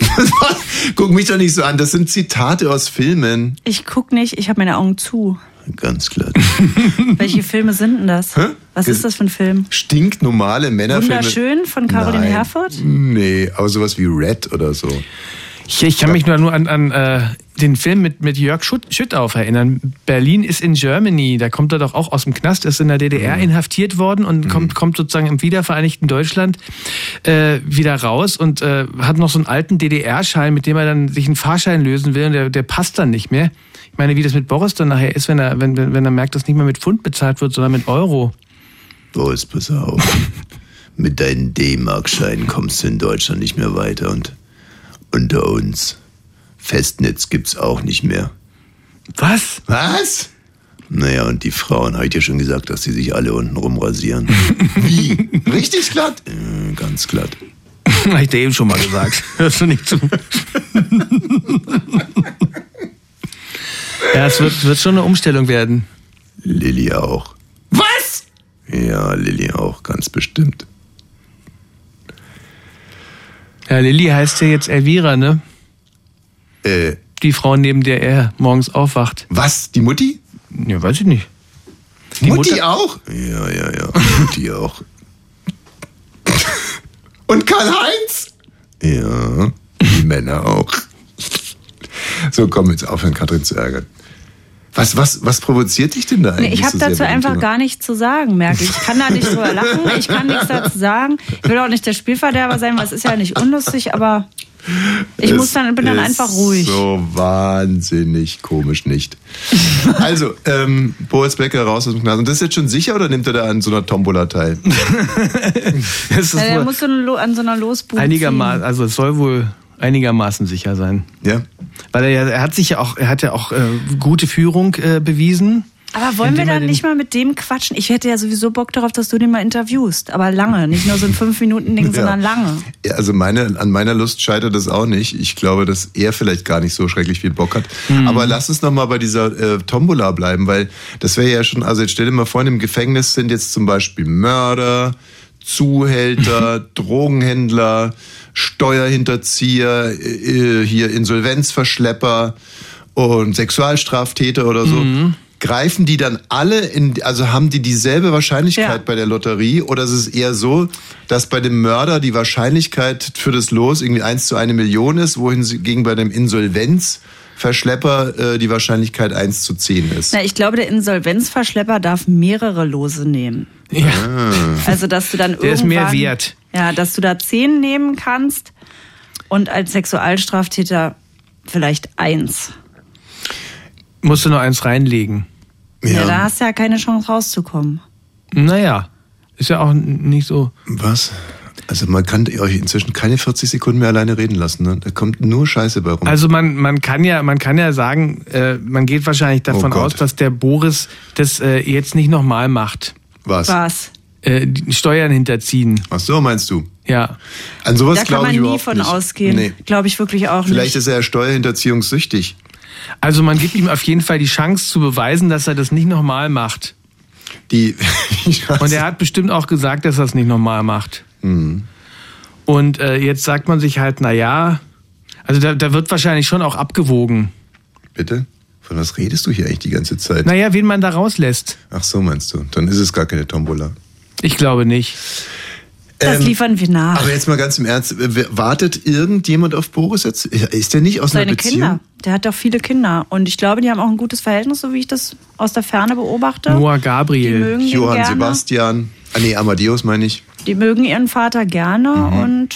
H: Guck mich doch nicht so an, das sind Zitate aus Filmen.
F: Ich guck nicht, ich habe meine Augen zu.
H: Ganz glatt.
F: Welche Filme sind denn das?
H: Hä?
F: Was ist das für ein Film?
H: Stinknormale Männerfilme.
F: Wunderschön von Caroline
H: Nein.
F: Herford?
H: Nee, aber sowas wie Red oder so.
G: Ich, ich kann mich nur, nur an, an äh, den Film mit, mit Jörg Schutt, Schüttauf erinnern. Berlin is in Germany. Da kommt er doch auch aus dem Knast, ist in der DDR inhaftiert worden und kommt, kommt sozusagen im wiedervereinigten Deutschland äh, wieder raus und äh, hat noch so einen alten DDR-Schein, mit dem er dann sich einen Fahrschein lösen will und der, der passt dann nicht mehr. Ich meine, wie das mit Boris dann nachher ist, wenn er, wenn, wenn wenn er merkt, dass nicht mehr mit Pfund bezahlt wird, sondern mit Euro.
H: Boris, pass auf. Mit deinen D-Mark-Scheinen kommst du in Deutschland nicht mehr weiter und unter uns. Festnetz gibt's auch nicht mehr.
G: Was?
H: Was? Naja, und die Frauen, habe ich dir schon gesagt, dass sie sich alle unten rum rasieren. Wie? Richtig glatt? Äh, ganz glatt.
G: Hab ich dir eben schon mal gesagt. Hörst du nicht zu? ja, es wird, wird schon eine Umstellung werden.
H: Lilly auch.
G: Was?
H: Ja, Lilly auch, ganz bestimmt.
G: Ja, Lilly heißt ja jetzt Elvira, ne?
H: Äh,
G: Die Frau, neben der er morgens aufwacht.
H: was? Die Mutti?
G: Ja, weiß ich nicht.
H: Die
G: Mutti
H: auch? Ja, ja, ja. Mutti auch. Und Karl-Heinz? Ja, die Männer auch. So, komm, jetzt aufhören, Katrin zu ärgern. Was, was, was provoziert dich denn da eigentlich?
F: Nee, ich habe
H: so sehr
F: dazu
H: bei dem
F: einfach
H: Thema?
F: gar nichts zu sagen, merke ich. Ich kann da nicht drüber lachen, ich kann nichts dazu sagen. Ich will auch nicht der Spielverderber sein, weil es ist ja nicht unlustig, aber ich muss
H: Es
F: dann, bin dann
H: ist
F: einfach ruhig.
H: So wahnsinnig komisch nicht. Also, ähm, Boris Becker raus aus dem Knast. Und das ist jetzt schon sicher oder nimmt er da an so einer Tombola teil?
G: Es
F: Ja,
G: ist
F: der
G: wohl
F: muss so eine Lo- an so einer Losbude
G: einigermaßen, also es soll wohl einigermaßen sicher sein.
H: Ja.
G: Weil er, ja, er hat sich ja auch, er hat ja auch äh, gute Führung äh, bewiesen.
F: Aber wollen wir
G: Indem er
F: dann
G: den-
F: nicht mal mit dem quatschen? Ich hätte ja sowieso Bock darauf, dass du den mal interviewst. Aber lange. Nicht nur so ein Fünf-Minuten-Ding, sondern lange.
H: Ja, also meine, an meiner Lust scheitert das auch nicht. Ich glaube, dass er vielleicht gar nicht so schrecklich viel Bock hat. Aber lass uns nochmal bei dieser äh, Tombola bleiben, weil das wäre ja schon, also jetzt stell dir mal vor, in einem Gefängnis sind jetzt zum Beispiel Mörder, Zuhälter, Drogenhändler, Steuerhinterzieher, äh, hier Insolvenzverschlepper und Sexualstraftäter oder so. Greifen die dann alle in, also haben die dieselbe Wahrscheinlichkeit
F: Ja.
H: bei der Lotterie oder ist es eher so, dass bei dem Mörder die Wahrscheinlichkeit für das Los irgendwie 1 zu 1 Million ist, wohingegen bei dem Insolvenzverschlepper äh, die Wahrscheinlichkeit 1 zu 10 ist?
F: Na, ich glaube, der Insolvenzverschlepper darf mehrere Lose nehmen.
G: Ja.
H: Ah.
F: Also, dass du dann
G: Der ist
F: irgendwann,
G: mehr wert.
F: Ja, dass du da zehn nehmen kannst und als Sexualstraftäter vielleicht eins.
G: Musst du noch eins reinlegen.
F: Ja. da hast du ja keine Chance rauszukommen.
G: Naja, ist ja auch n- nicht so.
H: Was? Also man kann euch inzwischen keine 40 Sekunden mehr alleine reden lassen. Ne? Da kommt nur Scheiße bei rum.
G: Also man, man kann ja man kann ja sagen, äh, man geht wahrscheinlich davon
H: Oh Gott.
G: aus, dass der Boris das äh, jetzt nicht nochmal macht.
H: was?
F: Was?
G: Äh, die Steuern hinterziehen.
H: Ach so, meinst du?
G: Ja.
H: An sowas
F: Da kann
H: glaube
F: man
H: ich
F: nie
H: überhaupt
F: von
H: nicht.
F: ausgehen.
H: Nee.
F: Glaube ich wirklich auch
H: Vielleicht
F: nicht.
H: ist er ja steuerhinterziehungssüchtig.
G: Also man gibt ihm auf jeden Fall die Chance zu beweisen, dass er das nicht nochmal macht.
H: Die
G: Und er hat bestimmt auch gesagt, dass er es nicht nochmal macht.
H: Hm.
G: Und äh, jetzt sagt man sich halt, na ja, also da, da wird wahrscheinlich schon auch abgewogen.
H: Bitte? Von was redest du hier eigentlich die ganze Zeit?
G: Naja, wen man da rauslässt.
H: Ach so, meinst du? Dann ist es gar keine Tombola.
G: Ich glaube nicht.
F: das
H: Ähm,
F: liefern wir nach.
H: Aber jetzt mal ganz im Ernst, w- wartet irgendjemand auf Boris jetzt? Ist der nicht aus einer
F: Seine
H: Beziehung?
F: Kinder. Der hat doch viele Kinder. Und ich glaube, die haben auch ein gutes Verhältnis, so wie ich das aus der Ferne beobachte.
G: Noah
F: die
G: Gabriel.
F: mögen ihn
H: Johann
F: gerne.
H: Sebastian. Ah nee, Amadeus meine ich.
F: Die mögen ihren Vater gerne und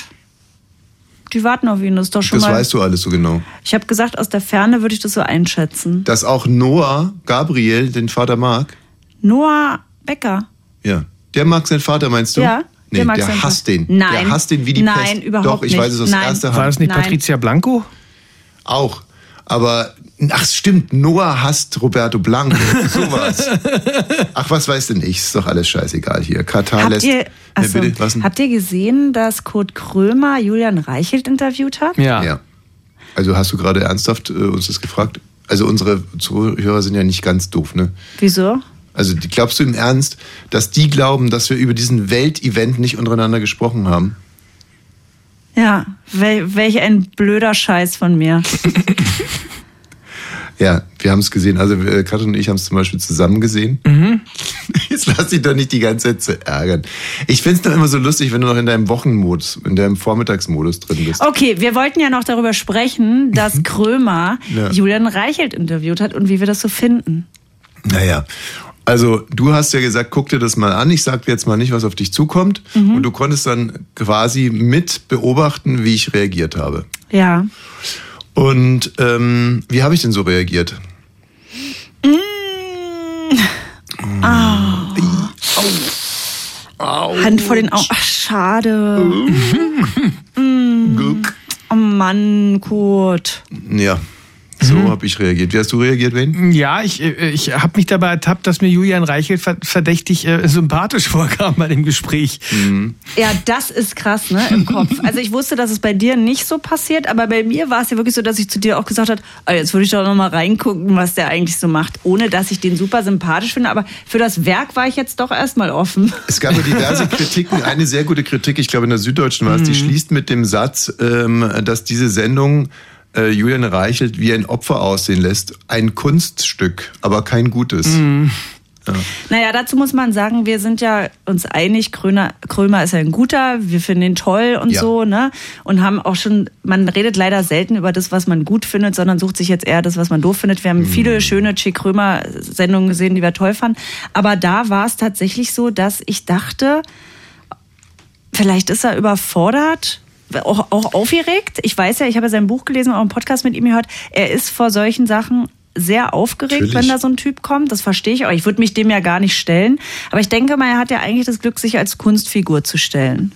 F: die warten auf ihn. Das ist doch schon
H: Mhm. Das
F: mal.
H: weißt du alles so genau.
F: Ich habe gesagt, aus der Ferne würde ich das so einschätzen.
H: Dass auch Noah Gabriel den Vater mag.
F: Noah Becker.
H: Ja. Der mag seinen Vater, meinst du?
F: Ja.
H: Nee,
F: der
H: der,
F: mag seinen
H: hasst
F: Vater.
H: den.
F: Nein.
H: Der hasst den wie die
F: Nein,
H: Pest.
F: überhaupt
H: Doch, ich weiß es aus
F: nicht. Nein.
H: erster Hand.
G: War das nicht
F: Nein.
G: Patricia Blanco?
H: Auch. Aber, ach stimmt, Noah hasst Roberto Blanco. Sowas. ach, was weiß denn ich? Ist doch alles scheißegal hier. Katar
F: Habt
H: lässt.
F: ihr,
H: Ja,
F: achso,
H: bitte, was denn?
F: habt ihr gesehen, dass Kurt Krömer Julian Reichelt interviewt hat?
G: Ja.
H: Ja. Also hast du gerade ernsthaft äh, uns das gefragt? Also unsere Zuhörer sind ja nicht ganz doof, ne?
F: Wieso?
H: Also die- glaubst du im Ernst, dass die glauben, dass wir über diesen Weltevent nicht untereinander gesprochen haben?
F: Ja, wel, welch ein blöder Scheiß von mir.
H: Ja, wir haben es gesehen. Also äh, Katrin und ich haben es zum Beispiel zusammen gesehen. Jetzt lass dich doch nicht die ganze Zeit zu ärgern. Ich find's doch immer so lustig, wenn du noch in deinem Wochenmodus, in deinem Vormittagsmodus drin bist.
F: Okay, wir wollten ja noch darüber sprechen, dass Krömer
H: Mhm. Ja.
F: Julian Reichelt interviewt hat und wie wir das so finden.
H: Naja, also du hast ja gesagt, guck dir das mal an. Ich sag dir jetzt mal nicht, was auf dich zukommt. Und du konntest dann quasi mit beobachten, wie ich reagiert habe.
F: Ja.
H: Und ähm, wie habe ich denn so reagiert?
F: Mm. Ah. Hand vor den Augen. Ach, schade.
H: Guck.
F: Oh Mann, Kurt.
H: Ja, so habe ich reagiert. Wie hast du reagiert, Wayne?
G: Mhm. Ja, ich, äh, ich habe mich dabei ertappt, dass mir Julian Reichelt ver- verdächtig äh, sympathisch vorkam bei dem Gespräch.
H: Mhm.
F: Ja, das ist krass, ne, im Kopf. Also ich wusste, dass es bei dir nicht so passiert, aber bei mir war es ja wirklich so, dass ich zu dir auch gesagt habe, ah, jetzt würde ich doch noch mal reingucken, was der eigentlich so macht, ohne dass ich den super sympathisch finde, aber für das Werk war ich jetzt doch erstmal offen.
H: Es gab ja diverse Kritiken. Eine sehr gute Kritik, ich glaube in der Süddeutschen war es, die schließt mit dem Satz, ähm, dass diese Sendung äh, Julian Reichelt wie ein Opfer aussehen lässt. Ein Kunststück, aber kein gutes.
F: Naja, dazu muss man sagen, wir sind ja uns einig, Kröner, Krömer ist ja ein guter, wir finden ihn toll und
H: Ja.
F: so, ne? Und haben auch schon, man redet leider selten über das, was man gut findet, sondern sucht sich jetzt eher das, was man doof findet. Wir haben viele schöne Che Krömer-Sendungen gesehen, die wir toll fanden. Aber da war es tatsächlich so, dass ich dachte, vielleicht ist er überfordert. Auch, auch aufgeregt. Ich weiß ja, ich habe ja sein Buch gelesen und auch einen Podcast mit ihm gehört. Er ist vor solchen Sachen sehr aufgeregt,
H: Natürlich.
F: wenn da so ein Typ kommt. Das verstehe ich auch. Ich würde mich dem ja gar nicht stellen. Aber ich denke mal, er hat ja eigentlich das Glück, sich als Kunstfigur zu stellen.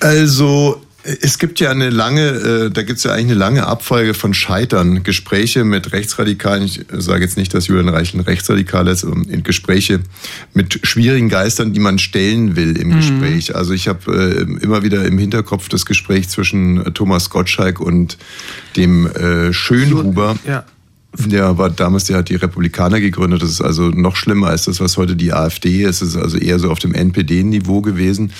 H: Also, es gibt ja eine lange, äh, da gibt es ja eigentlich eine lange Abfolge von Scheitern. Gespräche mit Rechtsradikalen, ich sage jetzt nicht, dass Julian Reichel ein Rechtsradikal ist, ähm, in Gespräche mit schwierigen Geistern, die man stellen will im Gespräch. Also ich habe äh, immer wieder im Hinterkopf das Gespräch zwischen äh, Thomas Gottschalk und dem äh, Schönhuber.
G: Ja.
H: Der war damals, der hat die Republikaner gegründet. Das ist also noch schlimmer als das, was heute die AfD ist. Es ist also eher so auf dem NPD-Niveau gewesen.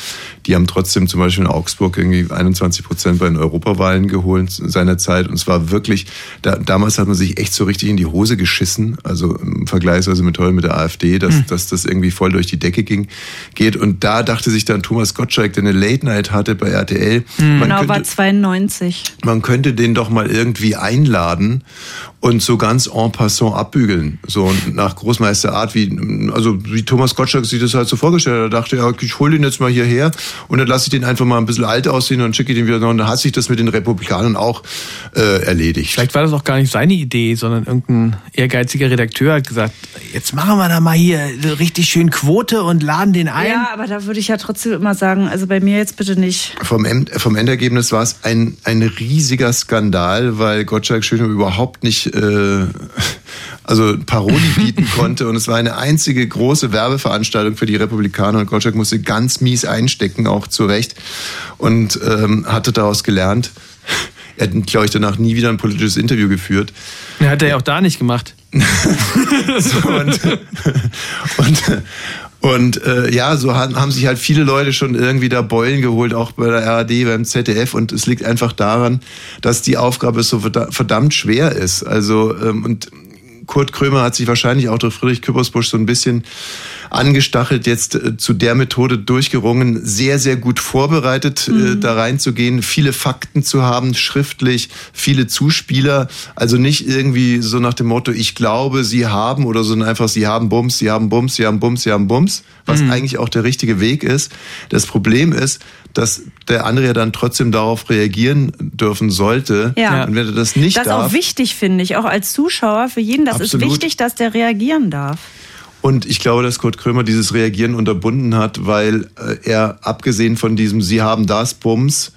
H: Die haben trotzdem zum Beispiel in Augsburg irgendwie 21 Prozent bei den Europawahlen geholt seinerzeit. Und es war wirklich, da, damals hat man sich echt so richtig in die Hose geschissen. Also im vergleichsweise mit heute mit der AfD, dass, dass das irgendwie voll durch die Decke ging, geht. Und da dachte sich dann Thomas Gottschalk, der eine Late Night hatte bei RTL. Hm. man
F: Genau,
H: könnte-
F: war 92.
H: man könnte den doch mal irgendwie einladen und so ganz en passant abbügeln. So nach Großmeisterart, wie, also wie Thomas Gottschalk sich das halt so vorgestellt hat. Er dachte, ja, ich hole den jetzt mal hierher und dann lasse ich den einfach mal ein bisschen alt aussehen und schicke den wieder nach. Und dann hat sich das mit den Republikanern auch äh, erledigt.
G: Vielleicht war das auch gar nicht seine Idee, sondern irgendein ehrgeiziger Redakteur hat gesagt, jetzt machen wir da mal hier so richtig schön Quote und laden den ein.
F: Ja, aber da würde ich ja trotzdem immer sagen, also bei mir jetzt bitte nicht.
H: Vom, End, vom Endergebnis war es ein, ein riesiger Skandal, weil Gottschalk Schönau überhaupt nicht äh, also Paroli bieten konnte. Und es war eine einzige große Werbeveranstaltung für die Republikaner. Und Gottschalk musste ganz mies einstecken, auch zu Recht. Und ähm, hatte daraus gelernt. Er hat, glaube ich, danach nie wieder ein politisches Interview geführt.
G: Ja, Hat er ja auch da nicht gemacht.
H: und und, und äh, ja, so haben, haben sich halt viele Leute schon irgendwie da Beulen geholt, auch bei der ARD, beim ZDF. Und es liegt einfach daran, dass die Aufgabe so verda- verdammt schwer ist. Also ähm, und Kurt Krömer hat sich wahrscheinlich auch durch Friedrich Küppersbusch so ein bisschen angestachelt, jetzt äh, zu der Methode durchgerungen, sehr, sehr gut vorbereitet
F: Mhm.
H: äh, da reinzugehen, viele Fakten zu haben, schriftlich, viele Zuspieler, also nicht irgendwie so nach dem Motto, ich glaube, sie haben oder so, sondern einfach, sie haben Bums, sie haben Bums, sie haben Bums, sie haben Bums,
F: Mhm.
H: was eigentlich auch der richtige Weg ist. Das Problem ist, dass der andere ja dann trotzdem darauf reagieren dürfen sollte.
F: Ja.
H: Und wenn er das nicht
F: das ist
H: darf,
F: auch wichtig, finde ich, auch als Zuschauer für jeden. Das
H: Absolut.
F: ist wichtig, dass der reagieren darf.
H: Und ich glaube, dass Kurt Krömer dieses Reagieren unterbunden hat, weil äh, er abgesehen von diesem Sie haben das Bums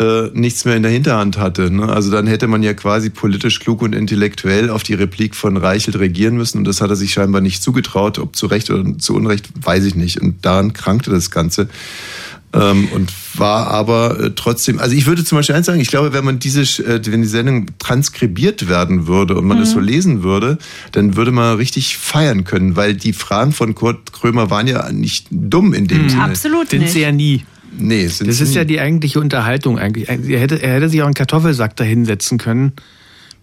H: äh, nichts mehr in der Hinterhand hatte. Ne? Also dann hätte man ja quasi politisch klug und intellektuell auf die Replik von Reichelt regieren müssen und das hat er sich scheinbar nicht zugetraut, ob zu Recht oder zu Unrecht, weiß ich nicht. Und daran krankte das Ganze. Ähm, und war aber äh, trotzdem, also ich würde zum Beispiel eins sagen, ich glaube, wenn man diese, äh, wenn die Sendung transkribiert werden würde und man das so lesen würde, dann würde man richtig feiern können, weil die Fragen von Kurt Krömer waren ja nicht dumm in dem Sinne.
F: Absolut
G: Sind
F: nicht.
G: sie ja Mhm. nie.
H: Nee, sind
G: Das
H: sie
G: ist ja
H: nicht.
G: die eigentliche Unterhaltung eigentlich. Er hätte, er hätte sich auch einen Kartoffelsack da hinsetzen können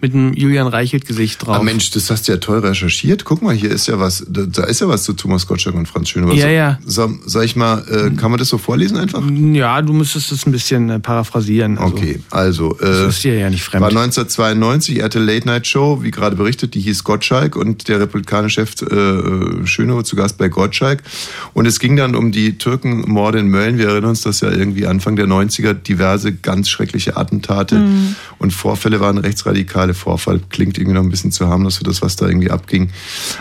G: mit einem Julian Reichelt-Gesicht drauf.
H: Ah, Mensch, das hast du ja toll recherchiert. Guck mal, hier ist ja was, da, da ist ja was zu Thomas Gottschalk und Franz Schönewald.
G: Ja, Mhm. ja.
H: So, sag ich mal, äh, kann man das so vorlesen einfach?
G: Ja, du müsstest es ein bisschen äh, paraphrasieren. Also,
H: Okay, also. Äh,
G: Das ist dir ja nicht fremd.
H: War 1992, er hatte Late Night Show, wie gerade berichtet, die hieß Gottschalk und der republikanische Chef äh, Schönehoff zu Gast bei Gottschalk. Und es ging dann um die Türkenmorde in Mölln. Wir erinnern uns, dass ja irgendwie Anfang der 90er diverse ganz schreckliche Attentate und Vorfälle waren. Rechtsradikale Vorfall klingt irgendwie noch ein bisschen zu harmlos für das, was da irgendwie abging.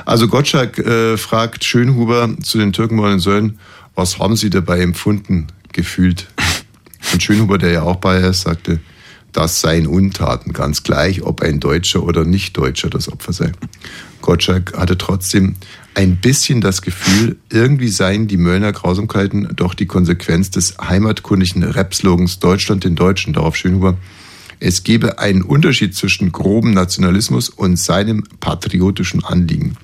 H: Also Gottschalk äh, fragt Schönhuber zu den Türkenmorden in Mölln, was haben Sie dabei empfunden, gefühlt? Und Schönhuber, der ja auch bei ist, sagte, das seien Untaten, ganz gleich, ob ein Deutscher oder Nicht-Deutscher das Opfer sei. Gottschalk hatte trotzdem ein bisschen das Gefühl, irgendwie seien die Möllner Grausamkeiten doch die Konsequenz des heimatkundigen Rap-Slogans Deutschland den Deutschen. Darauf Schönhuber, es gebe einen Unterschied zwischen grobem Nationalismus und seinem patriotischen Anliegen.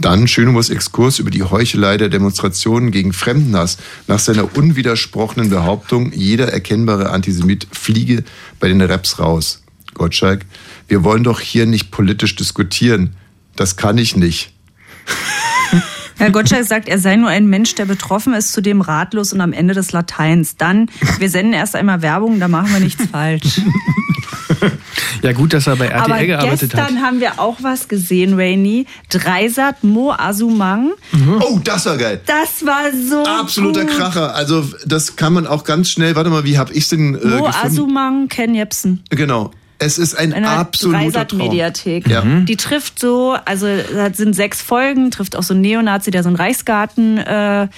H: Dann Schönhumers Exkurs über die Heuchelei der Demonstrationen gegen Fremdenhass. Nach seiner unwidersprochenen Behauptung, jeder erkennbare Antisemit fliege bei den Raps raus. Gottschalk, wir wollen doch hier nicht politisch diskutieren. Das kann ich nicht.
F: Herr Gottschalk sagt, er sei nur ein Mensch, der betroffen ist, zudem ratlos und am Ende des Lateins. Dann, wir senden erst einmal Werbung, da machen wir nichts falsch.
G: Ja, gut, dass er bei RTL
F: Aber
G: gearbeitet hat.
F: gestern haben wir auch was gesehen, Rainy. Dreisat Mo Asumang.
H: Oh, das war geil.
F: Das war so
H: Absoluter
F: Mhm. gut.
H: Kracher. Also das kann man auch ganz schnell. Warte mal, wie hab ich denn äh,
F: Mo
H: gefunden?
F: Asumang, Ken Jepsen.
H: Genau. Es ist ein
F: Eine
H: absoluter Traum.
F: Dreisat-Mediathek.
H: Ja.
F: Die trifft so, also das sind sechs Folgen, trifft auch so einen Neonazi, der so einen Reichsgarten äh,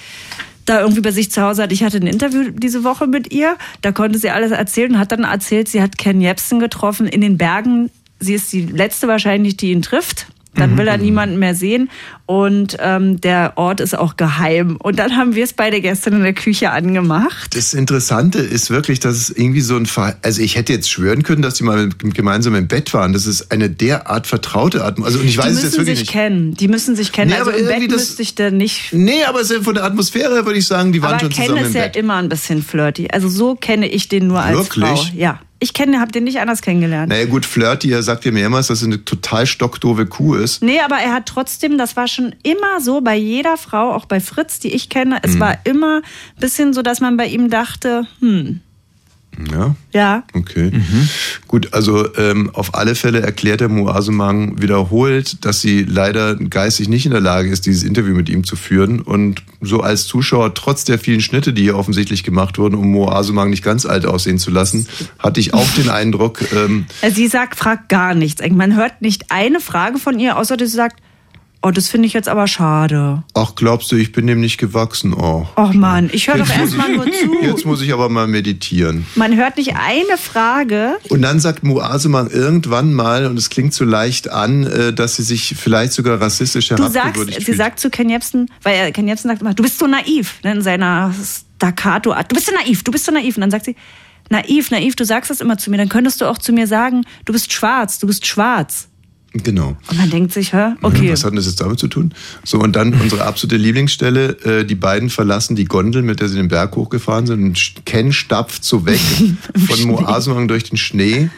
F: da irgendwie bei sich zu Hause hat. Ich hatte ein Interview diese Woche mit ihr, da konnte sie alles erzählen und hat dann erzählt, sie hat Ken Jebsen getroffen in den Bergen. Sie ist die letzte wahrscheinlich, die ihn trifft.
H: Mhm.
F: Dann will er niemanden mehr sehen und ähm, der Ort ist auch geheim. Und dann haben wir es beide gestern in der Küche angemacht.
H: Das Interessante ist wirklich, dass es irgendwie so ein Ver also ich hätte jetzt schwören können, dass die mal mit- gemeinsam im Bett waren. Das ist eine derart vertraute Atmosphäre. Also und ich
F: Die
H: weiß es jetzt
F: müssen
H: wirklich
F: sich
H: nicht.
F: kennen. Die müssen sich kennen.
H: Nee,
F: also
H: aber
F: im
H: irgendwie
F: Bett
H: das-
F: müsste ich da nicht
H: Nee, aber es ist von der Atmosphäre her würde ich sagen, die waren
F: Aber
H: schon
F: Ken
H: zusammen im
F: ist ja
H: Bett.
F: immer ein bisschen flirty. Also so kenne ich den nur als
H: Wirklich?
F: Frau. Ja. Ich kenne, habe den nicht anders kennengelernt.
H: naja gut, Flirty, er sagt ja mehrmals, dass er eine total stockdoofe Kuh ist.
F: Nee, aber er hat trotzdem, das war schon immer so bei jeder Frau, auch bei Fritz, die ich kenne,
H: Hm.
F: es war immer ein bisschen so, dass man bei ihm dachte, hm,
H: Ja,
F: ja.
H: okay. Gut, also ähm, auf alle Fälle erklärt der Moasemang wiederholt, dass sie leider geistig nicht in der Lage ist, dieses Interview mit ihm zu führen. Und so als Zuschauer, trotz der vielen Schnitte, die hier offensichtlich gemacht wurden, um Moasemang nicht ganz alt aussehen zu lassen, hatte ich auch den Eindruck, ähm,
F: Also Sie sagt, fragt gar nichts. Man hört nicht eine Frage von ihr, außer dass sie sagt, oh, das finde ich jetzt aber schade.
H: ach glaubst du, ich bin dem nicht gewachsen. Oh.
F: Och Mann, ich höre doch erstmal nur
H: Jetzt
F: zu.
H: muss ich aber mal meditieren.
F: Man hört nicht eine Frage,
H: Und dann sagt Moasemang irgendwann mal, und es klingt so leicht an, äh, dass sie sich vielleicht sogar rassistisch
F: Du
H: herabgewürdigt
F: sagst, sie
H: fühlt.
F: sagt zu Ken Jebsen, weil er, Ken Jebsen sagt immer, du bist so naiv, ne, in seiner Staccato-Art. Du bist so naiv, du bist so naiv. Und dann sagt sie, naiv, naiv, du sagst das immer zu mir. Dann könntest du auch zu mir sagen, du bist schwarz, du bist schwarz.
H: genau.
F: Und man denkt sich, hä, okay.
H: Was hat denn das jetzt damit zu tun? So, und dann unsere absolute Lieblingsstelle. Äh, die beiden verlassen die Gondel, mit der sie den Berg hochgefahren sind. Und Ken stapft so weg von Moasemang durch den Schnee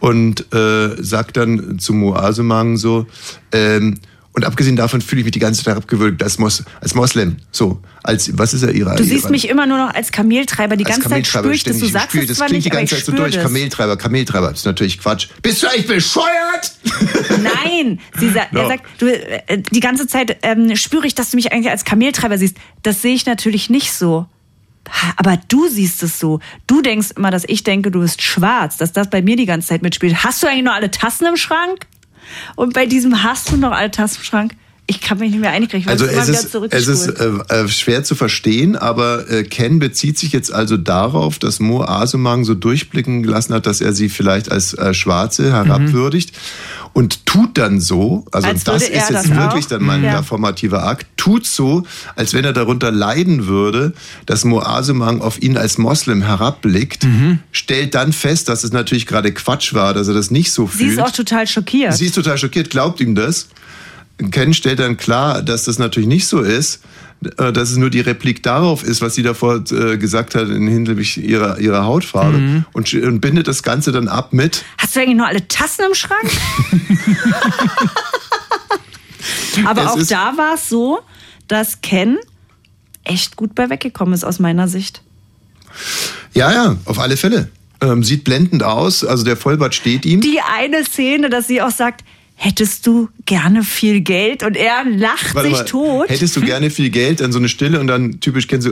H: und äh, sagt dann zu Moasemang so, ähm, und abgesehen davon fühle ich mich die ganze Zeit abgewürgt als, Mos als Moslem. So, als, was ist er ihre
F: Du
H: ihre-
F: siehst mich immer nur noch als Kameltreiber. Die ganze Zeit spüre ich das. Du
H: ständig.
F: sagst
H: spür,
F: es
H: das
F: zwar
H: klingt
F: nicht,
H: die
F: aber ich
H: ganze Zeit so
F: spüre
H: durch.
F: das.
H: Kameltreiber, Kameltreiber. Das ist natürlich Quatsch. Bist du eigentlich bescheuert?
F: Nein, sie sa er
H: No.
F: sagt, du, äh, die ganze Zeit ähm, spüre ich, dass du mich eigentlich als Kameltreiber siehst. Das sehe ich natürlich nicht so. Ha, Aber du siehst es so. Du denkst immer, dass ich denke, du bist schwarz, dass das bei mir die ganze Zeit mitspielt. Hast du eigentlich noch alle Tassen im Schrank? Und bei diesem hast du noch alle Tassen im Schrank? Ich kann mich nicht mehr einigen. Ich
H: Also
F: immer
H: es
F: wieder
H: ist, es ist
F: zurückgespult.
H: äh, äh, schwer zu verstehen, aber äh, Ken bezieht sich jetzt also darauf, dass Mo Asemang so durchblicken gelassen hat, dass er sie vielleicht als äh,
F: Mhm.
H: Schwarze herabwürdigt und tut dann so, also
F: Als
H: das
F: würde er
H: ist jetzt
F: das
H: wirklich
F: auch.
H: dann mein
F: Ja.
H: performativer Akt, tut so, als wenn er darunter leiden würde, dass Mo Asemang auf ihn als Moslem herabblickt,
F: Mhm.
H: stellt dann fest, dass es natürlich gerade Quatsch war, dass er das nicht so
F: Sie
H: fühlt.
F: ist auch total schockiert.
H: Sie ist total schockiert, glaubt ihm das. Ken stellt dann klar, dass das natürlich nicht so ist, äh, dass es nur die Replik darauf ist, was sie davor äh, gesagt hat in Hinblick ihrer, ihrer Hautfarbe
F: Mhm.
H: und, sch- und bindet das Ganze dann ab mit.
F: Hast du eigentlich nur alle Tassen im Schrank? Aber
H: Es
F: auch
H: ist-
F: da war es so, dass Ken echt gut bei weggekommen ist aus meiner Sicht.
H: Ja, ja, auf alle Fälle. Ähm, sieht blendend aus, also der Vollbart steht ihm.
F: Die eine Szene, dass sie auch sagt, hättest du gerne viel Geld? Und er lacht
H: Warte
F: sich
H: mal,
F: tot.
H: Hättest du gerne viel Geld, dann so eine Stille und dann typisch Ken so.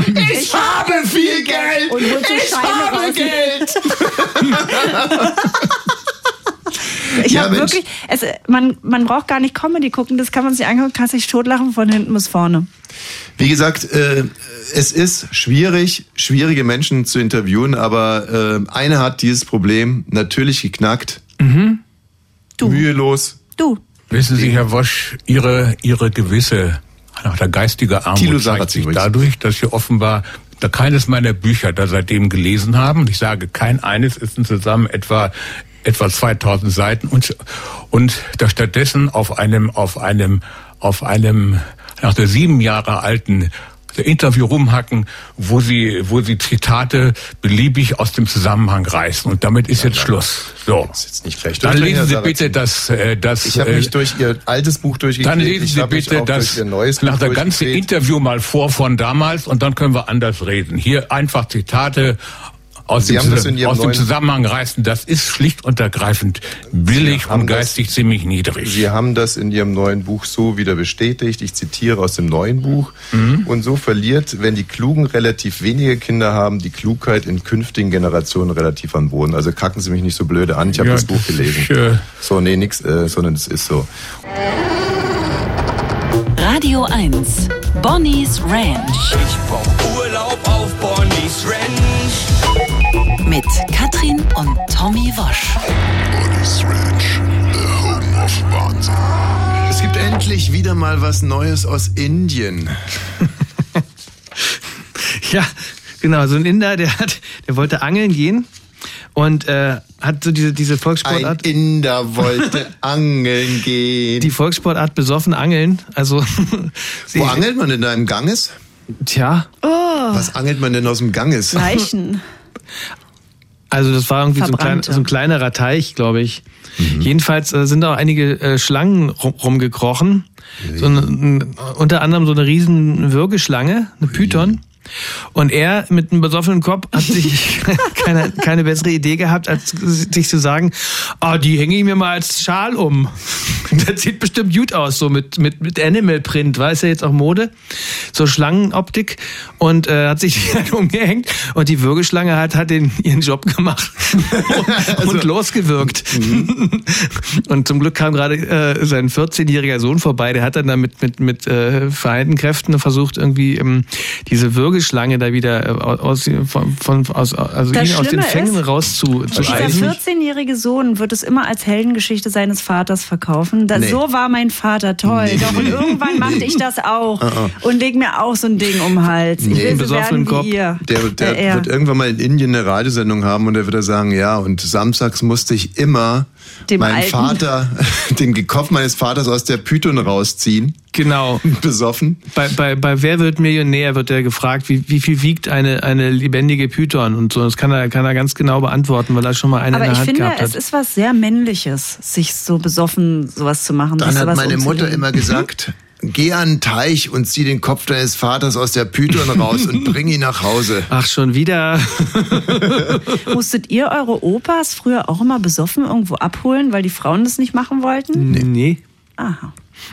H: ich, habe viel Geld!
F: Und holt so
H: ich
F: Scheine
H: habe
F: raus.
H: Geld!
F: Ich
H: Ja,
F: hab
H: Mensch.
F: wirklich, es, man, man braucht gar nicht Comedy gucken, das kann man sich angucken, kann sich totlachen von hinten bis vorne.
H: Wie gesagt, äh, es ist schwierig, schwierige Menschen zu interviewen, aber äh, einer hat dieses Problem natürlich geknackt.
K: Mhm.
H: Mühelos.
F: Du,
K: Wissen Sie, Herr Wosch, Ihre, Ihre gewisse, nach der geistige Armut
H: Thilo
K: zeigt
H: Sarrazin
K: sich
H: übrigens.
K: dadurch, dass Sie offenbar da keines meiner Bücher da seitdem gelesen haben. Ich sage, kein eines ist zusammen etwa etwa 2000 Seiten und und da stattdessen auf einem auf einem auf einem nach der sieben Jahre alten Interview rumhacken, wo sie wo sie Zitate beliebig aus dem Zusammenhang reißen und damit ist jetzt Schluss. So.
H: Ist jetzt nicht recht.
K: Dann
H: Oder, Herr
K: lesen Sie
H: Sarrazin?
K: bitte das äh, das
H: Ich habe
K: äh,
H: mich durch Ihr altes Buch
K: dann
H: durchgeklickt.
K: lesen
H: ich
K: Sie
H: habe mich
K: bitte
H: auch durch
K: das
H: Ihr neues
K: nach
H: Buch
K: der ganze
H: durchgeklickt.
K: Interview mal vor von damals und dann können wir anders reden. Hier einfach Zitate aus,
H: Sie
K: dem,
H: haben das
K: Zusa-
H: in Ihrem
K: aus dem
H: neuen-
K: Zusammenhang reißen. Das ist schlicht und ergreifend billig
H: haben
K: und
H: das-
K: geistig ziemlich niedrig.
H: Sie haben das in Ihrem neuen Buch so wieder bestätigt. Ich zitiere aus dem neuen Buch.
K: Mhm.
H: Und so verliert, wenn die Klugen relativ wenige Kinder haben, die Klugheit in künftigen Generationen relativ am Boden. Also kacken Sie mich nicht so blöde an. Ich habe
K: Ja,
H: das Buch
K: das ist,
H: gelesen.
K: äh,
H: so, nee, nix, äh, sondern es ist so.
C: Radio 1. Bonnie's Ranch
D: Ich brauch Urlaub auf Bonnie's Ranch.
C: mit Katrin und Tommy Wosch.
E: Bonnie's Ranch, the home of Wahnsinn.
H: Es gibt endlich wieder mal was Neues aus Indien.
G: Ja, genau. So ein Inder, der hat, der wollte angeln gehen und äh, hat so diese, diese
H: Ein
G: Volkssportart.
H: Inder wollte angeln gehen.
G: Die Volkssportart besoffen angeln. Also sie,
H: Wo angelt man denn da im Ganges?
G: tja,
H: Was angelt man denn aus dem Ganges?
F: Leichen.
G: also das war irgendwie so ein, klein,
F: Verbrannte.
G: so ein kleinerer Teich, glaube ich. Jedenfalls äh, sind auch einige äh, Schlangen rum, rumgekrochen. So eine, n- unter anderem so eine riesen Würgeschlange, eine Python. Und er mit einem besoffenen Kopf hat sich keine, keine bessere Idee gehabt, als sich zu sagen, ah, die hänge ich mir mal als Schal um. Das sieht bestimmt gut aus, so mit, mit, mit Animal Print, weiß ja jetzt auch Mode. So Schlangenoptik. Und äh, hat sich die dann umgehängt. Und die Würgeschlange hat, hat den, ihren Job gemacht und,
H: Also
G: und losgewirkt. Und zum Glück kam gerade äh, sein 14-jähriger Sohn vorbei, der hat dann damit mit, mit äh, vereinten Kräften versucht, irgendwie ähm, diese Würgeschlange da wieder äh, aus, von, von, aus, also
F: Das
G: ihn aus den
F: Schlimme
G: Fängen
F: ist, Dieser
G: rauszuschreiben.
F: 14-jährige Sohn wird es immer als Heldengeschichte seines Vaters verkaufen. Da,
H: Nee.
F: So war mein Vater toll.
H: Nee.
F: Doch, und irgendwann machte ich das
H: Ah,
F: auch und leg mir auch so ein Ding um den Hals. Ich will so
G: Besoffenen
F: werden
G: Kopf.
F: wie ihr.
H: Der, der
F: Äh, er.
H: wird irgendwann mal in Indien eine Radiosendung haben und er wird da sagen, ja, und samstags musste ich immer
F: Dem
H: meinen
F: Alten.
H: Vater, den Kopf meines Vaters aus der Python rausziehen,
G: Genau.
H: besoffen.
G: Bei, bei, bei Wer wird Millionär wird er gefragt, wie, wie viel wiegt eine, eine lebendige Python und so. Das kann er, kann er ganz genau beantworten, weil er schon mal eine
F: Aber
G: in der
F: ich
G: Hand
F: finde,
G: gehabt hat.
F: es ist was sehr Männliches, sich so besoffen sowas zu machen.
H: Dann
F: sich
H: hat
F: sowas
H: meine Mutter
F: umzulegen.
H: immer gesagt, geh an den Teich und zieh den Kopf deines Vaters aus der Python raus und bring ihn nach Hause.
G: Ach, schon wieder.
F: Musstet ihr eure Opas früher auch immer besoffen irgendwo abholen, weil die Frauen das nicht machen wollten?
G: Nee. nee.
F: Aha.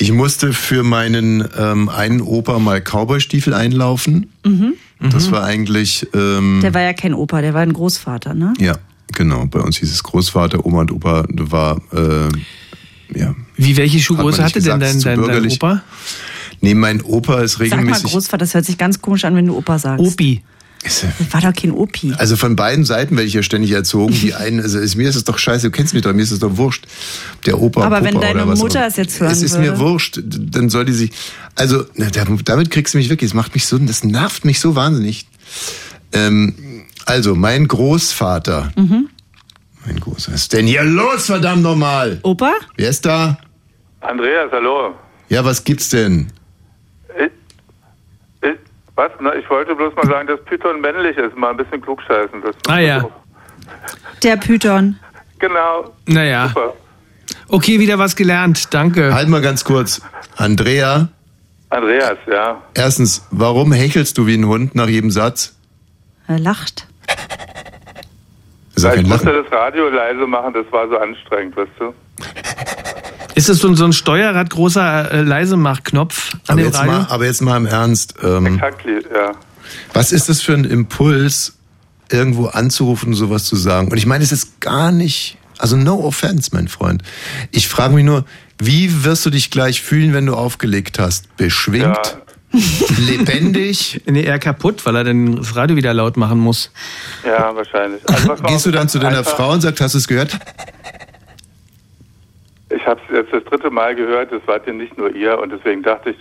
H: Ich musste für meinen ähm, einen Opa mal Cowboystiefel einlaufen.
G: Mhm.
H: Das war eigentlich... Ähm,
F: Mhm. Der war ja kein Opa, der war ein
G: Mhm.
F: Großvater, ne?
H: Ja, genau. Bei uns hieß es Großvater, Oma und Opa war äh, ja.
G: Wie, welche Schuhgröße
H: Hat man nicht
G: hatte denn
H: gesagt,
G: dein,
H: ist zu
G: dein, dein
H: bürgerlich.
G: Opa?
H: Nee, mein Opa ist
F: Sag mal
H: regelmäßig.
F: Großvater, das hört sich ganz komisch an, wenn du Opa sagst.
G: Opi.
F: Das war doch kein Opi.
H: Also von beiden Seiten werde ich ja ständig erzogen. Die einen, also ist, mir ist es doch scheiße, du kennst mich doch, mir ist es doch wurscht. ob Der Opa,
F: Aber
H: Pupa
F: wenn deine
H: oder was auch
F: Mutter
H: immer.
F: es jetzt hören
H: Es ist mir
F: würde.
H: wurscht, dann soll die sich, also na, da- damit kriegst du mich wirklich, das macht mich so, das nervt mich so wahnsinnig. Ähm, also mein Großvater,
F: Mhm.
H: mein Großvater, was ist denn hier los, verdammt nochmal?
F: Opa?
H: Wer ist da?
L: Andreas, hallo. Äh,
H: Ja, was gibt's denn?
L: Was? Na, ich wollte bloß mal sagen, dass Python männlich ist. Mal ein bisschen klugscheißen. Das
G: Ah ja.
F: Der Python.
L: Genau.
G: Naja.
L: Super.
G: Okay, wieder was gelernt. Danke.
H: Halt mal ganz kurz. Andrea,
L: Andreas, ja.
H: erstens, warum hechelst du wie ein Hund nach jedem Satz?
F: Er äh, lacht.
H: Das ist doch kein
L: Ich
H: Lachen.
L: musste das Radio leise machen, das war so anstrengend, weißt du?
G: Ist das so ein, so ein Steuerrad großer äh, Leisemachknopf an
H: Aber
G: dem
H: jetzt,
G: Radio?
H: mal, aber jetzt mal im Ernst. Ähm,
L: ja.
H: Was ist das für ein Impuls, irgendwo anzurufen und sowas zu sagen? Und ich meine, es ist gar nicht, also no offense, mein Freund. Ich frage mich nur, wie wirst du dich gleich fühlen, wenn du aufgelegt hast? Beschwingt? Lebendig?
G: Nee, eher kaputt, weil er dann das Radio wieder laut machen muss.
L: Ja, wahrscheinlich. Also, was war-
H: Gehst du dann zu deiner
L: einfach-
H: Frau und sagst, hast du es gehört?
L: Ich habe es jetzt das dritte Mal gehört, das wart ja nicht nur ihr und deswegen dachte ich,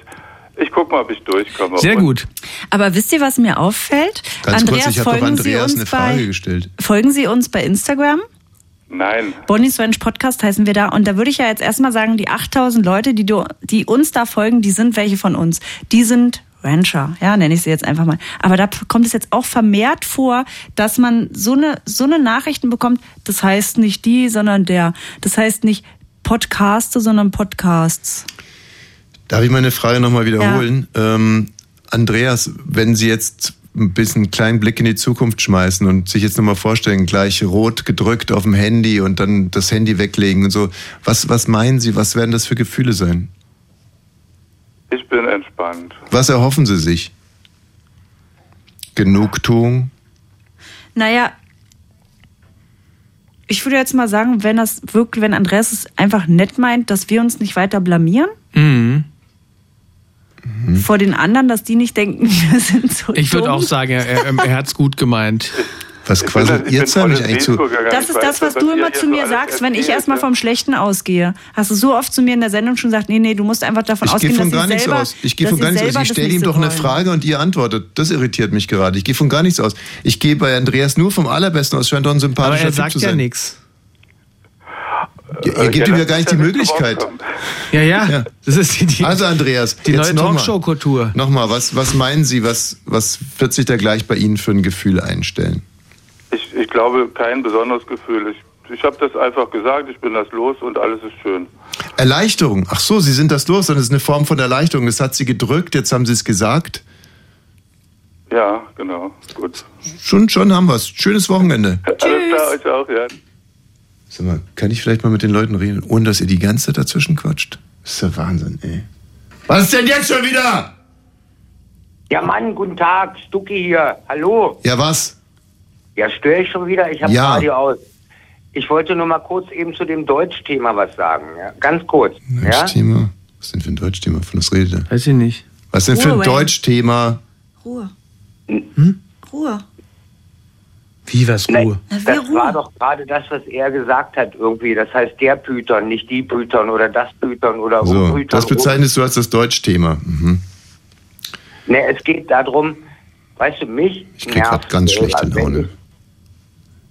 L: ich guck mal, ob ich durchkomme.
G: Sehr
L: Und-
G: gut.
F: Aber wisst ihr, was mir auffällt?
H: Ganz
F: Andreas,
H: kurz, ich habe
F: folgen
H: doch Andreas
F: Sie uns
H: eine Frage
F: bei,
H: gestellt.
F: Folgen Sie uns bei Instagram?
L: Nein.
F: Bonnie's Ranch Podcast heißen wir da. Und da würde ich ja jetzt erstmal sagen, die 8000 Leute, die, du, die uns da folgen, die sind welche von uns. Die sind Rancher. Ja, nenne ich sie jetzt einfach mal. Aber da kommt es jetzt auch vermehrt vor, dass man so eine, so eine Nachrichten bekommt. Das heißt nicht die, sondern der. Das heißt nicht Podcaste, sondern Podcasts.
H: Darf ich meine Frage nochmal wiederholen? Ähm, Andreas, wenn Sie jetzt ein bisschen einen kleinen Blick in die Zukunft schmeißen und sich jetzt nochmal vorstellen, gleich rot gedrückt auf dem Handy und dann das Handy weglegen und so, was, was meinen Sie, was werden das für Gefühle sein?
L: Ich bin entspannt.
H: Was erhoffen Sie sich? Genugtuung?
F: Naja, ich würde jetzt mal sagen, wenn das wirklich, wenn Andreas es einfach nett meint, dass wir uns nicht weiter blamieren
G: Mhm.
F: vor den anderen, dass die nicht denken, wir sind so
G: Hm. Ich würde
F: dumm.
G: auch sagen, er, er, er hat's gut gemeint.
H: Was
L: bin- halt-
H: quasi
L: ich
H: jetzt
L: bin
H: habe
L: voll
H: ich
L: in
H: eigentlich zu.
L: Seelsorge gegangen.
F: Das
L: Ich
F: ist
L: weiß,
F: das, was
L: dass
F: du
L: ihr
F: immer
L: hier
F: zu
L: so
F: mir
L: alles
F: sagst, wenn ich
L: erzählt,
F: erstmal
L: ne?
F: vom Schlechten ausgehe. Hast du so oft zu mir in der Sendung schon gesagt, nee, nee, du musst einfach davon
H: Ich gehe
F: ausgehen,
H: von
F: dass
H: gar
F: sie
H: nichts
F: selber,
H: aus. Ich gehe
F: dass
H: von
F: sie
H: gar nichts aus.
F: selber
H: Ich
F: das
H: stelle
F: nicht
H: ihm
F: so
H: doch eine
F: wollen.
H: Frage und ihr antwortet. Das irritiert mich gerade. Ich gehe von gar nichts aus. Ich gehe bei Andreas nur vom Allerbesten aus. Scheint doch ein
G: Aber
H: sympathischer
G: er
H: Typ
G: sagt
H: zu
G: ja
H: sein.
G: nichts.
H: Ihr, ihr gebt
L: Ja,
H: ihm ja
L: das
H: gar
L: ist
H: nicht die
L: ja
H: Möglichkeit.
L: rauskommen.
G: Ja, ja, Das ist die, die,
H: Also Andreas,
G: die neue
H: jetzt noch mal.
G: Talkshow-Kultur.
H: Nochmal, was, was meinen Sie, was, was wird sich da gleich bei Ihnen für ein Gefühl einstellen?
L: Ich, ich glaube, kein besonderes Gefühl. Ich, ich habe das einfach gesagt, ich bin das los und alles ist schön.
H: Erleichterung. Ach so, Sie sind das los, dann ist eine Form von Erleichterung. Das hat Sie gedrückt, jetzt haben Sie es gesagt.
L: Ja, genau. Gut.
H: Schon, schon haben wir es. Schönes Wochenende.
L: Alles klar, euch auch, ja.
H: Sag mal, kann ich vielleicht mal mit den Leuten reden, ohne dass ihr die ganze Zeit dazwischen quatscht? Das ist ja Wahnsinn, ey. Was ist denn jetzt schon wieder?
M: Ja, Mann, guten Tag, Stucki hier. Hallo.
H: Ja, was?
M: Ja, störe ich schon wieder? Ich habe
H: Ja.
M: Radio aus. Ich wollte nur mal kurz eben zu dem Deutschthema was sagen. Ja? Ganz kurz. Ja?
H: Deutschthema? Was denn für ein Deutschthema? Von was redet er?
G: Weiß ich nicht.
H: Was denn für ein
F: Ruhe, Wayne.
H: Deutschthema?
F: Ruhe. Ruhe.
G: Wie was Ruhe?
F: Na, wir
M: Das war
F: Ruhe.
M: doch gerade das, was er gesagt hat irgendwie. Das heißt der Python, nicht die Python oder das Python oder um
H: So,
M: Python.
H: das bezeichnest du als das Deutschthema. Mhm.
M: um. Nee, es geht darum, weißt du, mich
H: Ich krieg grad ganz schlechte
M: also
H: Laune.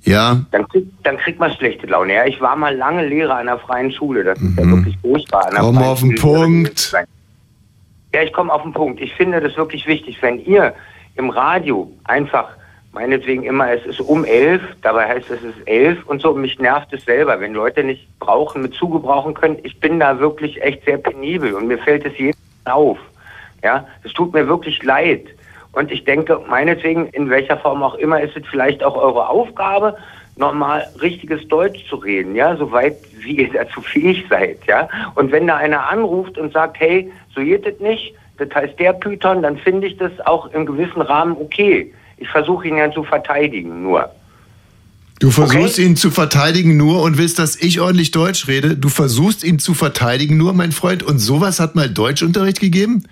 H: Ja,
M: Dann, krieg, dann kriegt man schlechte Laune. Ja, ich war mal lange Lehrer an einer freien Schule. Das ist ja wirklich furchtbar. an einer
H: Mhm. Komm
M: freien
H: auf den
M: Schule Lehrer
H: Punkt.
M: zu sein. Ja, ich komme auf den Punkt. Ich finde das wirklich wichtig, wenn ihr im Radio einfach meinetwegen immer, es ist um elf, dabei heißt es, es ist elf und so. Mich nervt es selber, wenn Leute nicht brauchen, mit zugebrauchen können. Ich bin da wirklich echt sehr penibel und mir fällt es jeden auf. Ja, es tut mir wirklich leid. Und ich denke, meinetwegen, in welcher Form auch immer, ist es vielleicht auch eure Aufgabe, nochmal richtiges Deutsch zu reden, ja, soweit wie ihr dazu fähig seid, ja. Und wenn da einer anruft und sagt, hey, so geht das nicht, das heißt der Python, dann finde ich das auch im gewissen Rahmen okay. Ich versuche ihn ja zu verteidigen, nur.
H: Du versuchst ihn zu verteidigen nur und willst, dass ich ordentlich Deutsch rede. Du versuchst ihn zu verteidigen nur, mein Freund. Und sowas hat mal Deutschunterricht gegeben?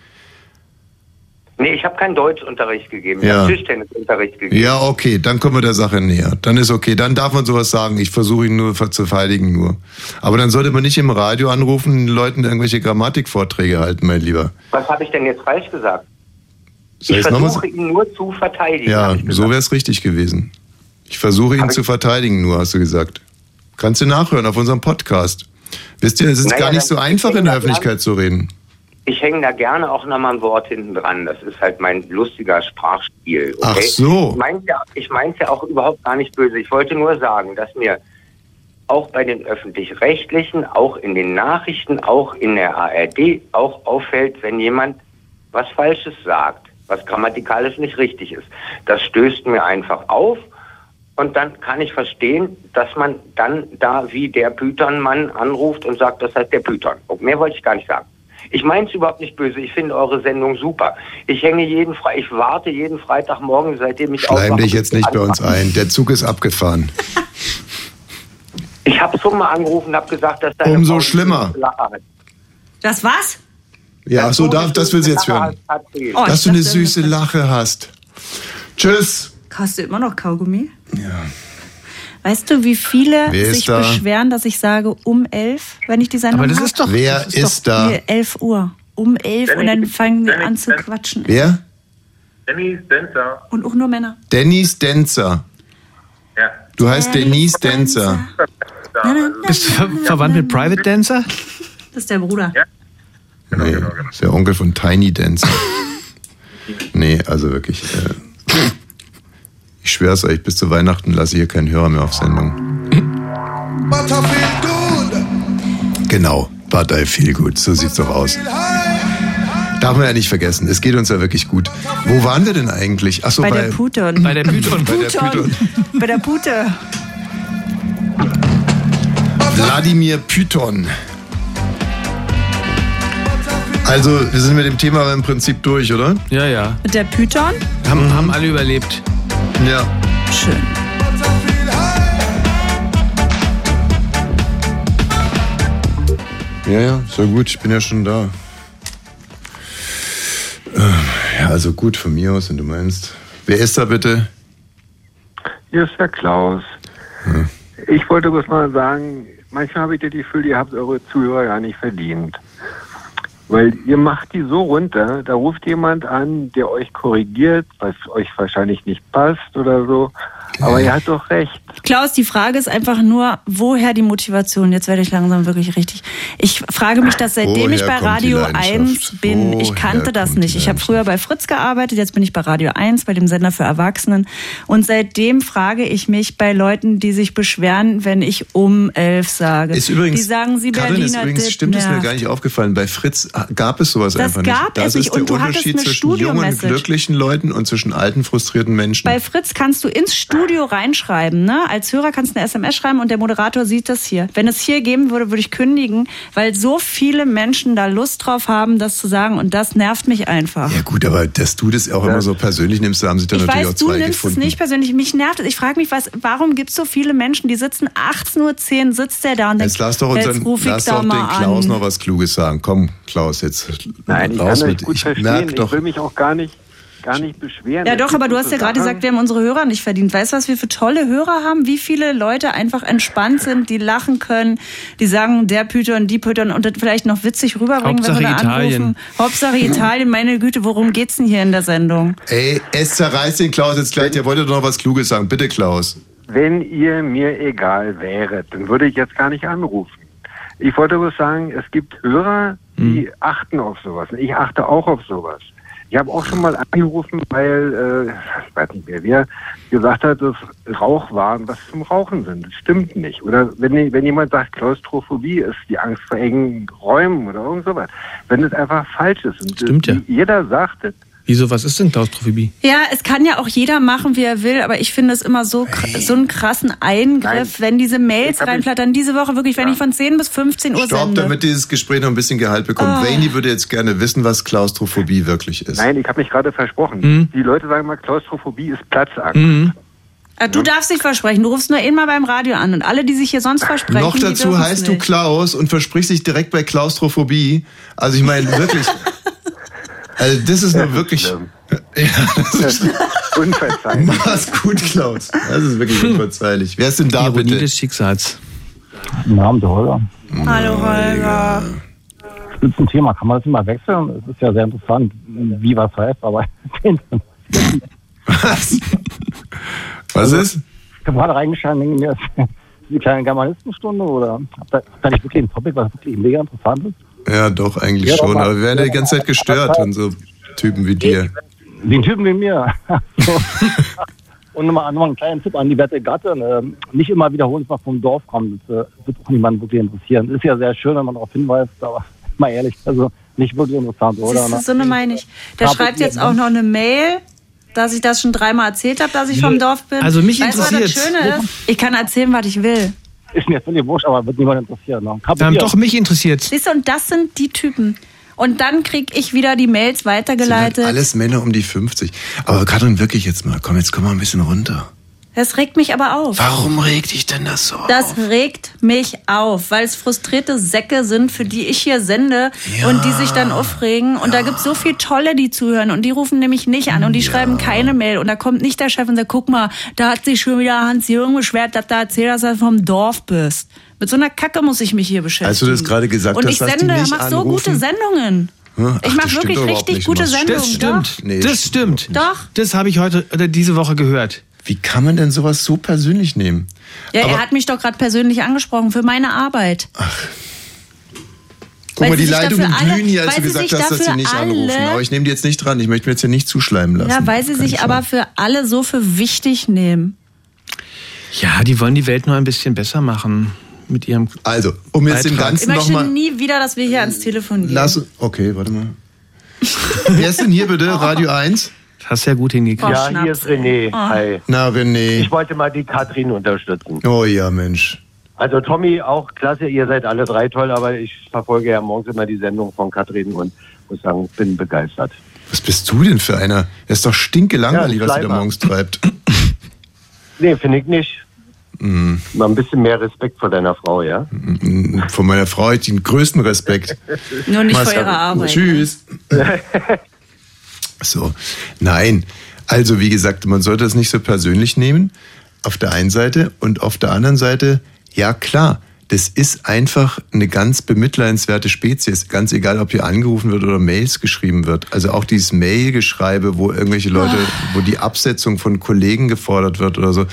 M: Nee, ich habe keinen Deutschunterricht gegeben. Ich
H: Ja.
M: habe Tischtennisunterricht gegeben.
H: Ja, okay, dann kommen wir der Sache näher. Dann ist okay, dann darf man sowas sagen. Ich versuche ihn nur ver- zu verteidigen nur. Aber dann sollte man nicht im Radio anrufen und den Leuten irgendwelche Grammatikvorträge halten, mein Lieber.
M: Was habe ich denn jetzt falsch gesagt?
H: Soll
M: ich
H: ich's nochmal
M: versuche ihn nur zu verteidigen.
H: Ja, so wäre es richtig gewesen. Ich versuche ihn zu verteidigen nur, hast du gesagt. Kannst du nachhören auf unserem Podcast. Wisst ihr, es ist
M: Naja,
H: gar nicht
M: dann-
H: so einfach, in der Öffentlichkeit zu reden.
M: Ich hänge da gerne auch nochmal ein Wort hinten dran. Das ist halt mein lustiger Sprachstil. Okay?
H: Ach so.
M: Ich meinte ja, ich mein's ja auch überhaupt gar nicht böse. Ich wollte nur sagen, dass mir auch bei den Öffentlich-Rechtlichen, auch in den Nachrichten, auch in der ARD auch auffällt, wenn jemand was Falsches sagt, was grammatikalisch nicht richtig ist. Das stößt mir einfach auf. Und dann kann ich verstehen, dass man dann da wie der Python-Mann anruft und sagt, das heißt der Python. Und mehr wollte ich gar nicht sagen. Ich meine es überhaupt nicht böse. Ich finde eure Sendung super. Ich hänge jeden Fre ich warte jeden Freitagmorgen, seitdem ich
H: Schleim
M: aufwache,
H: dich jetzt
M: bis
H: nicht bei
M: anfange.
H: uns ein. Der Zug ist abgefahren.
M: Ich habe schon mal angerufen und habe gesagt, dass deine
H: Umso
M: Frau-
H: schlimmer.
F: Das war's?
H: Ja, ach so, darf, das willst du jetzt hören.
F: Oh,
H: Dass
F: ich
H: du eine
F: dachte,
H: süße Lache hast. Tschüss.
F: Hast du immer noch Kaugummi? Ja. Weißt du, wie viele
H: Wer ist
F: sich
H: da?
F: beschweren, dass ich sage um elf, wenn ich die Sendung
H: Aber das
F: hab?
H: ist doch- Wer
F: Das
H: ist
F: doch
H: da?
F: hier 11 Uhr. Um elf und dann fangen wir an zu quatschen.
H: Wer?
M: Danny Spencer.
F: Und auch nur Männer.
H: Dennis Denzer.
M: Ja.
H: Du heißt Denise Denzer.
G: Bist du ver verwandt mit Private Dancer?
F: Das ist der Bruder.
H: Nee, ist der Onkel von Tiny Dancer. nee, also wirklich. Äh, ich schwör's euch, bis zu Weihnachten lasse ich hier keinen Hörer mehr auf Sendung. Genau, but I feel good. So sieht's doch aus. Darf man ja nicht vergessen, es geht uns ja wirklich gut. Wo waren wir denn eigentlich? Achso,
F: bei,
H: bei,
F: der Python.
G: Bei der Python.
H: Bei der Python.
F: Bei der Pute.
H: Wladimir Python. Also, wir sind mit dem Thema im Prinzip durch, oder? Mhm.
G: Ja, ja.
F: Mit der Python?
G: Haben, haben alle überlebt.
H: Ja.
F: Schön.
H: Ja, ja, so gut, ich bin ja schon da. Ähm, Ja, also gut von mir aus, wenn du meinst. Wer ist da bitte?
N: Hier ist der Klaus. Ich wollte bloß mal sagen, manchmal habe ich das Gefühl, ihr habt eure Zuhörer gar nicht verdient. Weil ihr macht die so runter, da ruft jemand an, der euch korrigiert, was euch wahrscheinlich nicht passt oder so. Aber ihr habt doch recht.
F: Klaus, die Frage ist einfach nur, woher die Motivation? Jetzt werde ich langsam wirklich richtig. Ich frage mich das,
O: Woher
F: seitdem ich bei
O: kommt
F: Radio
O: die Leidenschaft?
F: 1 bin. ich kannte das nicht. Ich habe früher bei Fritz gearbeitet, jetzt bin ich bei Radio 1, bei dem Sender für Erwachsenen. Und seitdem frage ich mich bei Leuten, die sich beschweren, wenn ich um elf sage.
H: Ist übrigens,
F: die sagen, sie
H: Karin, ist
F: Berliner
H: übrigens,
F: dit
H: stimmt, ist mir
F: nervt.
H: gar nicht aufgefallen. Bei Fritz äh, gab es sowas
F: Das
H: einfach
F: gab
H: nicht. Das
F: es
H: ist
F: nicht.
H: der
F: Und du hattest
H: Unterschied
F: eine
H: zwischen jungen,
F: Studio-Message.
H: glücklichen Leuten und zwischen alten, frustrierten Menschen.
F: Bei Fritz kannst du ins Studio reinschreiben, ne? Als Hörer kannst du eine SMS schreiben und der Moderator sieht das hier. Wenn es hier geben würde, würde ich kündigen, weil so viele Menschen da Lust drauf haben, das zu sagen und das nervt mich einfach.
H: ja gut, aber dass du das auch immer so persönlich nimmst, da haben sich dann
F: Ich
H: natürlich
F: weiß,
H: auch
F: du
H: zwei
F: nimmst
H: gefunden.
F: es nicht persönlich. Mich nervt es. Ich frage mich, was, warum gibt es so viele Menschen, die sitzen 18.10 Uhr, sitzt der da und
H: Jetzt
F: denkt,
H: lass doch,
F: jetzt
H: unseren,
F: ruf ich
H: lass
F: da
H: doch den
F: mal
H: Klaus
F: an.
H: noch was Kluges sagen. Komm, Klaus, jetzt
N: Nein, ich
H: raus
N: kann euch
H: mit.
N: gut
H: ich
N: verstehen.
H: merk
N: Ich
H: doch,
N: will mich auch gar nicht, gar nicht beschweren.
F: Ja
N: Es
F: doch,
N: gibt
F: aber du
N: so
F: hast ja gerade
N: Sachen-
F: gesagt, wir haben unsere Hörer nicht verdient. Weißt du, was wir für tolle Hörer haben? Wie viele Leute einfach entspannt sind, die lachen können, die sagen, der Python, die Python und das vielleicht noch witzig rüberbringen,
H: Hauptsache
F: wenn wir da
H: Italien.
F: anrufen. Hauptsache Italien, meine Güte, worum geht's denn hier in der Sendung?
H: Ey, es zerreißt den Klaus jetzt gleich. Der wollte doch noch was Kluges sagen. Bitte, Klaus.
N: Wenn ihr mir egal wäret, dann würde ich jetzt gar nicht anrufen. Ich wollte bloß sagen, es gibt Hörer,
G: Hm.
N: die achten auf sowas. Und Ich achte auch auf sowas. Ich habe auch schon mal angerufen, weil, äh, ich weiß nicht mehr wer, gesagt hat, dass Rauchwaren was zum Rauchen sind. Das stimmt nicht. Oder wenn, wenn jemand sagt, Klaustrophobie ist die Angst vor engen Räumen oder irgend sowas. Wenn es einfach falsch ist. Und
G: Stimmt ja.
N: Jeder sagt es,
G: Wieso, was ist denn Klaustrophobie?
F: Ja, es kann ja auch jeder machen, wie er will, aber ich finde es immer so, kr- so einen krassen Eingriff, wenn diese Mails reinplattern. Diese Woche wirklich, wenn ich von 10 bis 15 Uhr
H: Stopp,
F: sende.
H: damit dieses Gespräch noch ein bisschen Gehalt bekommt.
F: Ah.
H: Wayne würde jetzt gerne wissen, was Klaustrophobie wirklich ist. Hm?
N: Nein, ich habe mich gerade versprochen. Die Leute sagen mal, Klaustrophobie ist Platzangst.
F: Äh, Du darfst nicht versprechen, du rufst nur einmal beim Radio an und alle, die sich hier sonst versprechen.
H: Noch
F: die
H: dazu
F: dürfen's
H: heißt du
F: nicht.
H: Klaus und versprichst dich direkt bei Klaustrophobie. Also ich meine wirklich. Also das ist nur wirklich. Ja, das ist schlimm.
N: Unverzeihlich.
H: Mach's gut, Klaus. Das ist wirklich
F: Hm.
H: unverzeihlich. Wer ist denn da bitte?
G: des Schicksals.
O: Guten Abend, Holger.
F: Hallo Holger.
O: Das ist ein Thema. Kann man das immer wechseln? Es ist ja sehr interessant, wie was heißt, aber
H: Was? Was ist?
O: Also, Ich habe gerade reingeschaut und denke mir, die kleine Germanistenstunde oder habt ihr habt ihr nicht wirklich ein Topic, was wirklich mega interessant ist?
H: Ja, doch, eigentlich
O: Ja, doch,
H: schon.
O: mal-
H: Aber wir werden ja die ganze Zeit gestört von so Typen wie dir.
O: Den Typen wie mir. So. und nochmal noch mal einen kleinen Tipp an die werte Gattin. ähm, Nicht immer wiederholen, was vom Dorf kommt. Das äh, wird auch niemanden wirklich interessieren. Ist ja sehr schön, wenn man darauf hinweist, aber mal ehrlich, also nicht wirklich interessant, oder? ne?
F: Siehst du, so eine meine ich. Der
O: Hab
F: schreibt
O: ich
F: jetzt
O: mir-
F: auch noch eine Mail, dass ich das schon dreimal erzählt habe, dass ich vom
O: Nee.
F: Dorf bin.
O: Also mich
F: weißt Du, was das
O: interessiert's.
F: Schöne ist? Ich kann erzählen, was ich will.
O: Ist mir völlig wurscht, aber wird niemand interessieren. Ne?
G: Ähm, doch, mich interessiert.
F: Siehst du, und das sind die Typen. Und dann krieg ich wieder die Mails weitergeleitet.
H: Alles Männer um die 50. Aber Katrin, wirklich jetzt mal. Komm, jetzt komm mal ein bisschen runter.
F: Das regt mich aber auf.
H: Warum regt dich denn das so?
F: Das regt mich auf, weil es frustrierte Säcke sind, für die ich hier sende und die sich dann aufregen. Und da gibt es so viel Tolle, die zuhören und die rufen nämlich nicht an und die schreiben keine Mail. Und da kommt nicht der Chef und sagt, guck mal, da hat sich schon wieder Hans-Jürgen beschwert, dass da erzählt, dass du vom Dorf bist. Mit so einer Kacke muss ich mich hier beschäftigen.
H: Als Also du das gerade gesagt
F: und
H: hast,
F: ich
H: dass die
F: sende,
H: nicht
F: mach so
H: anrufen.
F: gute Sendungen. Ich mach
H: Hm? Ach, das stimmt
F: wirklich
H: überhaupt
F: richtig
H: nicht,
F: gute
H: Maus.
F: Sendungen.
G: Das stimmt.
H: Nee,
G: das stimmt.
F: Doch.
G: Das habe ich heute oder diese Woche gehört.
H: Wie kann man denn sowas so persönlich nehmen?
F: Ja,
H: Aber-
F: er hat mich doch gerade persönlich angesprochen für meine Arbeit.
H: Guck mal,
F: Weil
H: die
F: sie sich
H: Leitungen
F: dafür alle-
H: glühen hier, als
F: weil sie
H: du gesagt
F: sich
H: hast, dass sie
F: dafür
H: nicht
F: alle-
H: anrufen. Aber ich nehme die jetzt nicht dran. Ich möchte mir jetzt hier nicht zuschleimen lassen.
F: Ja, weil sie sich aber für alle so für wichtig nehmen.
G: Ja, die wollen die Welt nur ein bisschen besser machen mit ihrem.
H: Also, um jetzt den
F: Ich
H: ganzen
F: möchte
H: nochmal.
F: nie wieder, dass wir hier ans Telefon gehen.
H: Lass, okay, warte mal. Wer ist denn hier bitte? Radio 1?
G: Das hast du ja gut hingekriegt.
F: Ja, hier
J: ist René.
F: Ah.
J: Hi.
H: Na, René.
J: Ich wollte mal die Katrin unterstützen.
H: Oh ja, Mensch.
J: Also Tommy, auch klasse, ihr seid alle drei toll, aber ich verfolge ja morgens immer die Sendung von Katrin und muss sagen, bin begeistert.
H: Was bist du denn für einer? Er ist doch stinke langweilig,
J: Ja,
H: was sie da
J: Schleimer.
H: morgens treibt.
J: Nee, finde ich nicht.
H: Mm.
J: Mal ein bisschen mehr Respekt vor deiner Frau, ja?
H: Von meiner Frau habe ich den größten Respekt.
J: Nur nicht vor
H: Mach's
J: ihrer
H: gut.
J: Arbeit.
H: Tschüss.
F: ne?
H: so, nein. Also, wie gesagt, man sollte es nicht so persönlich nehmen. Auf der einen Seite und auf der anderen Seite, ja klar, das ist einfach eine ganz bemitleidenswerte Spezies. Ganz egal, ob hier angerufen wird oder Mails geschrieben wird. Also auch dieses Mailgeschreibe, wo irgendwelche Leute, wo die Absetzung von Kollegen gefordert wird oder so.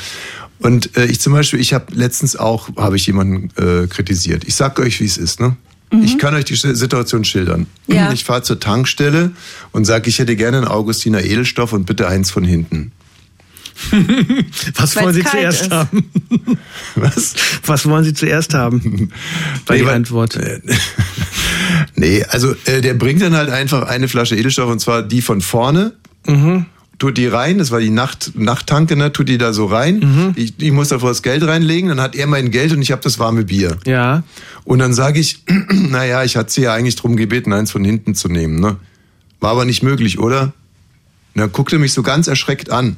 H: Und äh, ich zum Beispiel, ich habe letztens auch, habe ich jemanden äh, kritisiert. Ich sag euch, wie es ist, ne? Ich kann euch die Sch- Situation schildern.
P: Ja.
H: Ich fahre zur Tankstelle und sage, ich hätte gerne einen Augustiner Edelstoff und bitte eins von hinten.
G: Was
H: Weil's
G: wollen Sie
H: kalt
G: zuerst
H: ist.
G: haben?
H: Was?
G: Was wollen Sie zuerst haben? Bei
H: Nee,
G: Ihrer
H: weil-
G: Antwort.
H: Äh, Nee, also äh, der bringt dann halt einfach eine Flasche Edelstoff und zwar die von vorne.
G: Mhm.
H: Tut die rein, das war die Nacht, Nachttanke, ne? tut die da so rein.
G: Mhm.
H: Ich, ich muss davor das Geld reinlegen, dann hat er mein Geld und ich habe das warme Bier.
G: Ja.
H: Und dann sage ich, naja, ich hatte sie ja eigentlich drum gebeten, eins von hinten zu nehmen. Ne? War aber nicht möglich, oder? Und dann guckte er mich so ganz erschreckt an.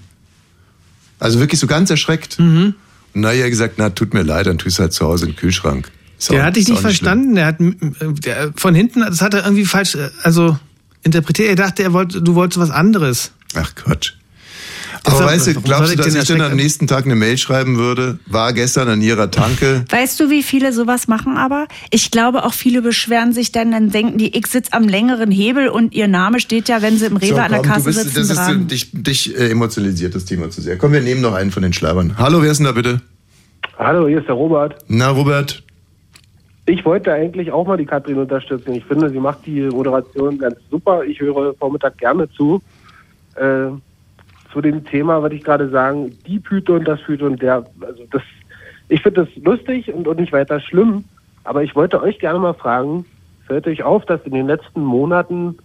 H: Also wirklich so ganz erschreckt.
G: Mhm.
H: Und dann hat er gesagt, na, tut mir leid, dann tust du halt zu Hause in den Kühlschrank. Ist
G: der
H: auch-
G: hat dich
H: ist auch
G: nicht verstanden. Der hat äh, der, von hinten, das hat er irgendwie falsch, äh, also interpretiert. Er dachte, er wollte, du wolltest was anderes.
H: Ach Quatsch. Aber
G: Deshalb-
H: weißt du,
G: warum
H: glaubst
G: soll
H: du,
G: ich
H: dass
G: den
H: ich dann
G: erschrecken?
H: am nächsten Tag eine Mail schreiben würde? War gestern an ihrer Tanke.
F: Weißt du, wie viele sowas machen aber? Ich glaube, auch viele beschweren sich dann, dann denken die, ich sitze am längeren Hebel und ihr Name steht ja, wenn sie im Rewe
H: So,
F: an der
H: komm,
F: Kasse
H: du bist,
F: sitzen,
H: das ist so-
F: dran.
H: dich, dich äh, emotionalisiert das Thema zu sehr. Komm, wir nehmen noch einen von den Schlabern. Hallo, wer ist denn da bitte?
J: Hallo, hier ist der Robert.
H: Na, Robert.
J: Ich wollte eigentlich auch mal die Katrin unterstützen. Ich finde, sie macht die Moderation ganz super. Ich höre Vormittag gerne zu. Äh, zu dem Thema würde ich gerade sagen, die Python, das Python, der, also das, ich finde das lustig und, und nicht weiter schlimm. Aber ich wollte euch gerne mal fragen, fällt euch auf, dass in den letzten Monaten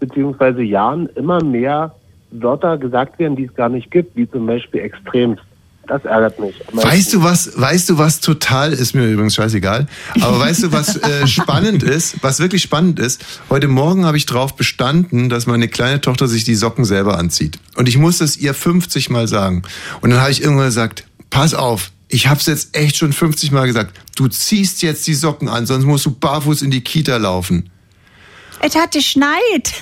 J: beziehungsweise Jahren immer mehr Wörter gesagt werden, die es gar nicht gibt, wie zum Beispiel extremst. Das ärgert mich.
H: Weißt du was, weißt du was total, ist mir übrigens scheißegal, aber weißt du was äh, spannend ist, was wirklich spannend ist, heute Morgen habe ich drauf bestanden, dass meine kleine Tochter sich die Socken selber anzieht. Und ich musste es ihr 50 Mal sagen. Und dann habe ich irgendwann gesagt, pass auf, ich habe es jetzt echt schon 50 Mal gesagt, du ziehst jetzt die Socken an, sonst musst du barfuß in die Kita laufen.
F: Es hat geschneit.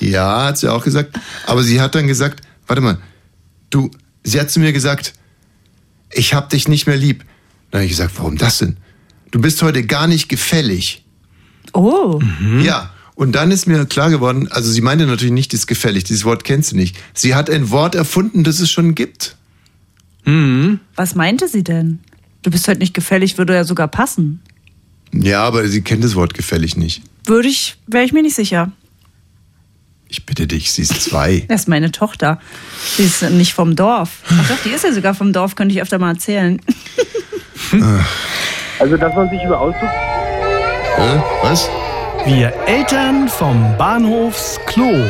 H: Ja, hat sie auch gesagt. Aber sie hat dann gesagt, warte mal, du, sie hat zu mir gesagt, ich hab dich nicht mehr lieb. Dann habe ich gesagt, warum das denn? Du bist heute gar nicht gefällig.
F: Oh.
H: Ja. Und dann ist mir klar geworden, also sie meinte natürlich nicht, das ist gefällig, dieses Wort kennst du nicht. Sie hat ein Wort erfunden, das es schon gibt. Mhm.
F: Was meinte sie denn? Du bist heute nicht gefällig, würde ja sogar passen.
H: Ja, aber sie kennt das Wort gefällig nicht.
F: Würde ich, wäre ich mir nicht sicher.
H: Ich bitte dich, sie ist zwei.
F: Das ist meine Tochter. Die ist nicht vom Dorf. Ach doch, die ist ja sogar vom Dorf, könnte ich öfter mal erzählen.
J: Also, dass man sich über Ausdruck.
H: was?
G: Wir Eltern vom Bahnhofsklo.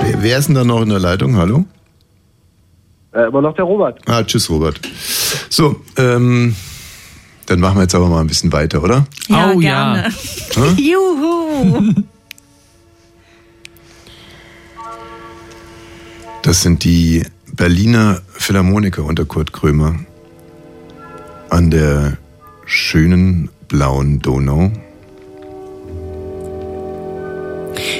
H: Wer, wer ist denn da noch in der Leitung? Hallo?
J: Äh, immer noch der Robert.
H: Ah, tschüss, Robert. So, ähm, dann machen wir jetzt aber mal ein bisschen weiter, oder?
F: Ja, gerne.
H: Hä?
F: Juhu.
H: Das sind die Berliner Philharmoniker unter Kurt Krömer an der schönen blauen Donau.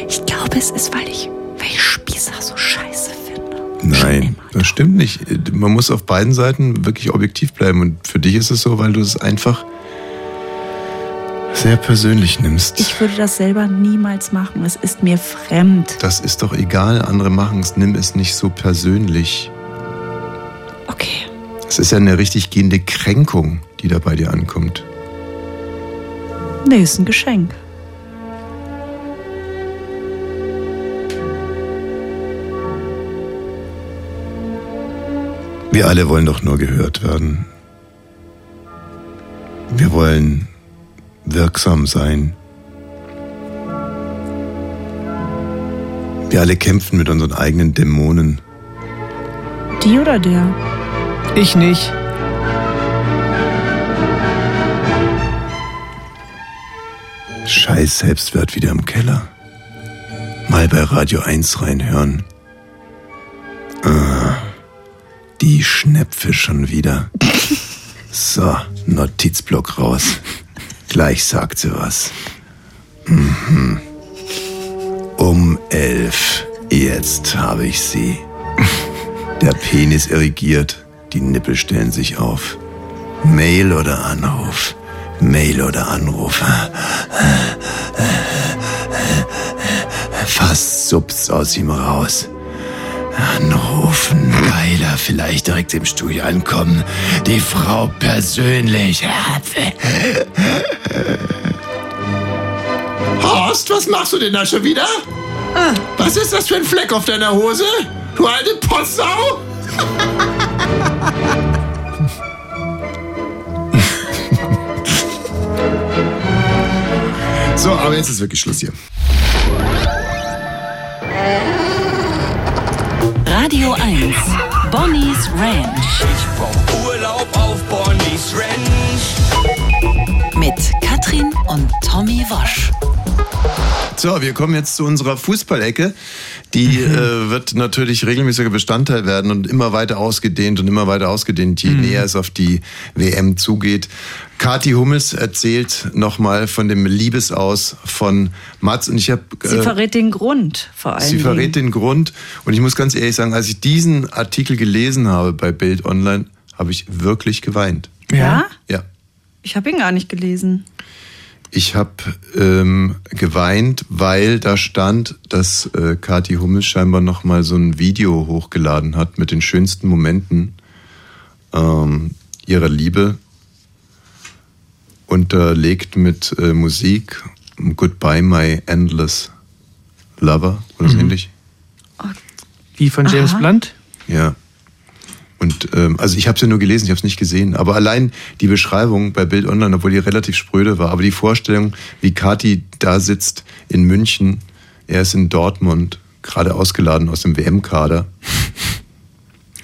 C: Ich glaube, es ist, weil ich, weil ich Spießer so scheiße finde.
H: Nein, das stimmt nicht. Man muss auf beiden Seiten wirklich objektiv bleiben. Und für dich ist es so, weil du es einfach sehr persönlich nimmst.
F: Ich würde das selber niemals machen. Es ist mir fremd.
H: Das ist doch egal, andere machen es, nimm es nicht so persönlich. Okay. Es ist ja eine richtig gehende Kränkung, die da bei dir ankommt.
F: Nee, ist ein Geschenk.
H: Wir alle wollen doch nur gehört werden. Wir wollen wirksam sein. Wir alle kämpfen mit unseren eigenen Dämonen.
F: Die oder der?
G: Ich nicht.
H: Scheiß Selbstwert wieder im Keller. Mal bei Radio 1 reinhören. Ah, die Schnepfe schon wieder. So, Notizblock raus. Gleich sagt sie was. Mhm. Um elf. Jetzt habe ich sie. Der Penis irrigiert, die Nippel stellen sich auf. Mail oder Anruf? Mail oder Anruf? Fast supst aus ihm raus. Anrufen, Weiler, vielleicht direkt im Studio ankommen. Die Frau persönlich. Horst, was machst du denn da schon wieder? Was ist das für ein Fleck auf deiner Hose? Du alte Potsau! So, aber jetzt ist wirklich Schluss hier.
C: Radio 1. Bonnie's Ranch.
D: Ich brauch Urlaub auf Bonnie's Ranch.
C: Mit Katrin und Tommy Wasch.
H: So, wir kommen jetzt zu unserer Fußballecke. Die
F: Mhm.
H: äh, wird natürlich regelmäßiger Bestandteil werden und immer weiter ausgedehnt und immer weiter ausgedehnt, je
F: Mhm.
H: näher es auf die WM zugeht. Kati Hummels erzählt nochmal von dem Liebesaus von Mats und ich habe
F: Sie verrät den Grund vor allem.
H: Sie verrät den Grund. Und ich muss ganz ehrlich sagen, als ich diesen Artikel gelesen habe bei Bild Online, habe ich wirklich geweint.
F: Ja?
H: Ja.
F: Ich habe ihn gar nicht gelesen.
H: Ich habe ähm, geweint, weil da stand, dass äh, Kathi Hummels scheinbar noch mal so ein Video hochgeladen hat mit den schönsten Momenten ähm, ihrer Liebe unterlegt mit äh, Musik Goodbye My Endless Lover oder so ähnlich.
G: Wie von James
H: Aha.
G: Blunt?
H: Ja. Und ähm, also ich habe es ja nur gelesen, ich habe es nicht gesehen. Aber allein die Beschreibung bei Bild Online, obwohl die relativ spröde war, aber die Vorstellung, wie Kati da sitzt in München Er ist in Dortmund, gerade ausgeladen aus dem WM-Kader.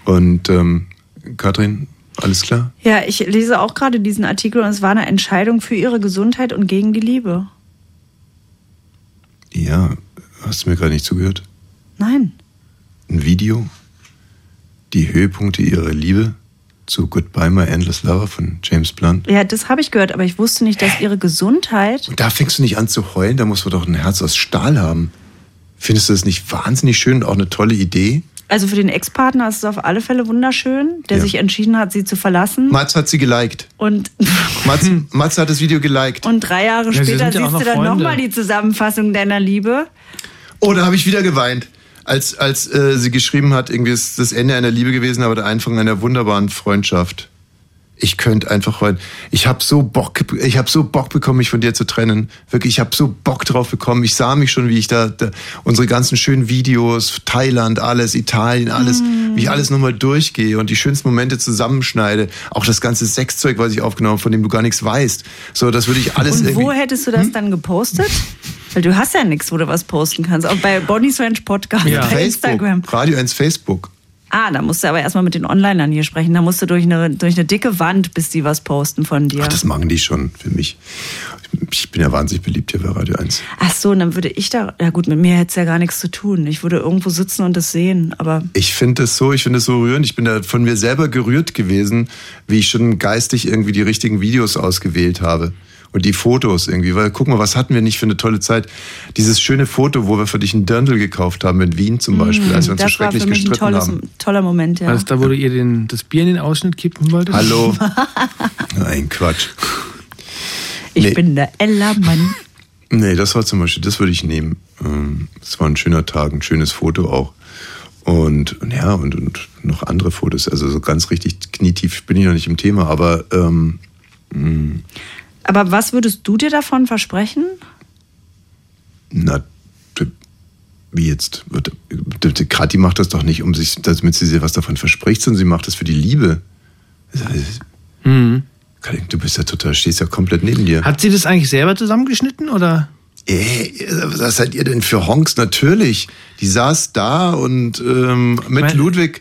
H: Und ähm, Katrin, alles klar?
F: Ja, ich lese auch gerade diesen Artikel und es war eine Entscheidung für ihre Gesundheit und gegen die Liebe.
H: Ja, hast du mir gerade nicht zugehört?
F: Nein.
H: Ein Video? Die Höhepunkte ihrer Liebe zu Goodbye My Endless Lover von James Blunt.
F: Ja, das habe ich gehört, aber ich wusste nicht, dass ihre Gesundheit.
H: Und da fängst du nicht an zu heulen, da musst du doch ein Herz aus Stahl haben. Findest du das nicht wahnsinnig schön und auch eine tolle Idee?
F: Also für den Ex-Partner ist es auf alle Fälle wunderschön, der
H: Ja.
F: sich entschieden hat, sie zu verlassen.
H: Mats hat sie geliked.
F: Und,
H: Mats, Mats hat das Video geliked.
F: und drei Jahre
H: Ja, sie
F: später
H: sind ja auch
F: siehst du
H: noch
F: dann
H: Freunde.
F: nochmal die Zusammenfassung deiner Liebe.
H: Oh, da habe ich wieder geweint. Als, als äh, sie geschrieben hat, irgendwie ist das Ende einer Liebe gewesen, aber der Anfang einer wunderbaren Freundschaft. Ich könnte einfach heulen. Ich habe so Bock, ich habe so Bock bekommen, mich von dir zu trennen. Wirklich, ich habe so Bock drauf bekommen. Ich sah mich schon, wie ich da, da unsere ganzen schönen Videos, Thailand, alles, Italien, alles, wie
F: Mm.
H: ich alles nochmal durchgehe und die schönsten Momente zusammenschneide. Auch das ganze Sexzeug, was ich aufgenommen habe, von dem du gar nichts weißt. So, das würde ich alles
F: und
H: irgendwie. Hm?
F: wo hättest du das dann gepostet? Weil du hast ja nichts, wo du was posten kannst. Auch bei Bonnie's Ranch Podcast, bei
H: Facebook,
F: Instagram.
H: Radio 1 Facebook.
F: Ah, da musst du aber erstmal mit den Onlinern hier sprechen. Da musst du durch eine, durch eine dicke Wand, bis die was posten von dir.
H: Ach, das machen die schon für mich. Ich bin ja wahnsinnig beliebt hier bei Radio 1.
F: Ach so, und dann würde ich da. Ja, gut, mit mir hätte es ja gar nichts zu tun. Ich würde irgendwo sitzen und das sehen. Aber
H: Ich finde es so, ich finde es so rührend. Ich bin da von mir selber gerührt gewesen, wie ich schon geistig irgendwie die richtigen Videos ausgewählt habe. Und die Fotos irgendwie, weil guck mal, was hatten wir nicht für eine tolle Zeit. Dieses schöne Foto, wo wir für dich einen Dirndl gekauft haben in Wien zum Beispiel, als wir uns so
F: Mm, das war
H: schrecklich
F: für mich ein
H: gestritten
F: tolles,
H: haben.
F: toller Moment, ja.
G: Also da, wo du ihr den, das Bier in den Ausschnitt kippen wolltest?
H: Hallo. Nein, Quatsch.
F: Ich
H: Nee.
F: bin der Ella Mann.
H: Nee, das war zum Beispiel, das würde ich nehmen. Ähm, Es war ein schöner Tag, ein schönes Foto auch. Und, und ja, und, und noch andere Fotos. Also so ganz richtig knietief bin ich noch nicht im Thema, aber ähm, mh,
F: Aber was würdest du dir davon versprechen?
H: na, d- wie jetzt? Wird- d- d- Kathi macht das doch nicht, um sich, damit sie sich was davon verspricht, sondern sie macht das für die Liebe. Also,
G: Mhm.
H: Kathi, Du bist ja total, stehst ja komplett neben dir.
G: Hat sie das eigentlich selber zusammengeschnitten oder?
H: Ey, was seid ihr denn für Honks? Natürlich. Die saß da und ähm, mit Ludwig.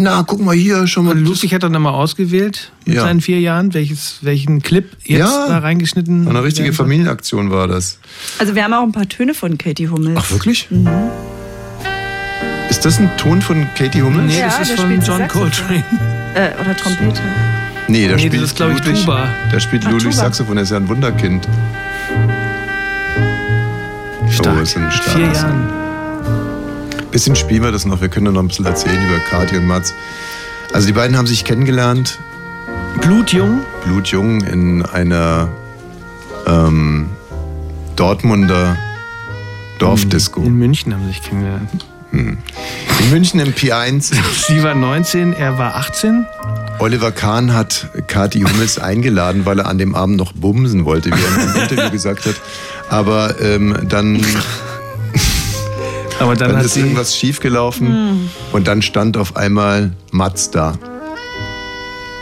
H: Na, guck mal hier schon mal.
G: Ludwig hat dann nochmal ausgewählt mit
H: Ja.
G: seinen vier Jahren, welches, welchen Clip jetzt
H: Ja.
G: da reingeschnitten
H: Eine richtige
G: werden soll.
H: Familienaktion war das.
F: Also wir haben auch ein paar Töne von Katie Hummels.
H: Ach, wirklich?
F: Mhm.
H: Ist das ein Ton von Katie Hummels?
F: Nee, Ja, das ist da von spielt sie John Saxophon. Äh, oder Trompete.
H: Nee, da
G: Nee,
H: spielt
G: das ist, glaub ich,
H: Ludwig,
G: Tuba.
H: Da spielt
F: Ach,
H: Ludwig
F: Tuba.
H: Saxophon, er ist ja ein Wunderkind. Oh, ist ein starkes.
G: Vier Jahren.
H: Bisschen spielen wir das noch. Wir können da noch ein bisschen erzählen über Kathi und Mats. Also die beiden haben sich kennengelernt.
G: Blutjung?
H: Blutjung in einer ähm, Dortmunder Dorfdisco. Hm.
G: In München haben sie sich kennengelernt.
H: In München im P1.
G: Sie war 19, er war 18.
H: Oliver Kahn hat Kathi Hummels eingeladen, weil er an dem Abend noch bumsen wollte, wie er in einem Interview gesagt hat. Aber ähm, dann,
G: Aber dann,
H: dann
G: hat
H: ist
G: sie- Hm.
H: irgendwas schiefgelaufen und dann stand auf einmal Mats da.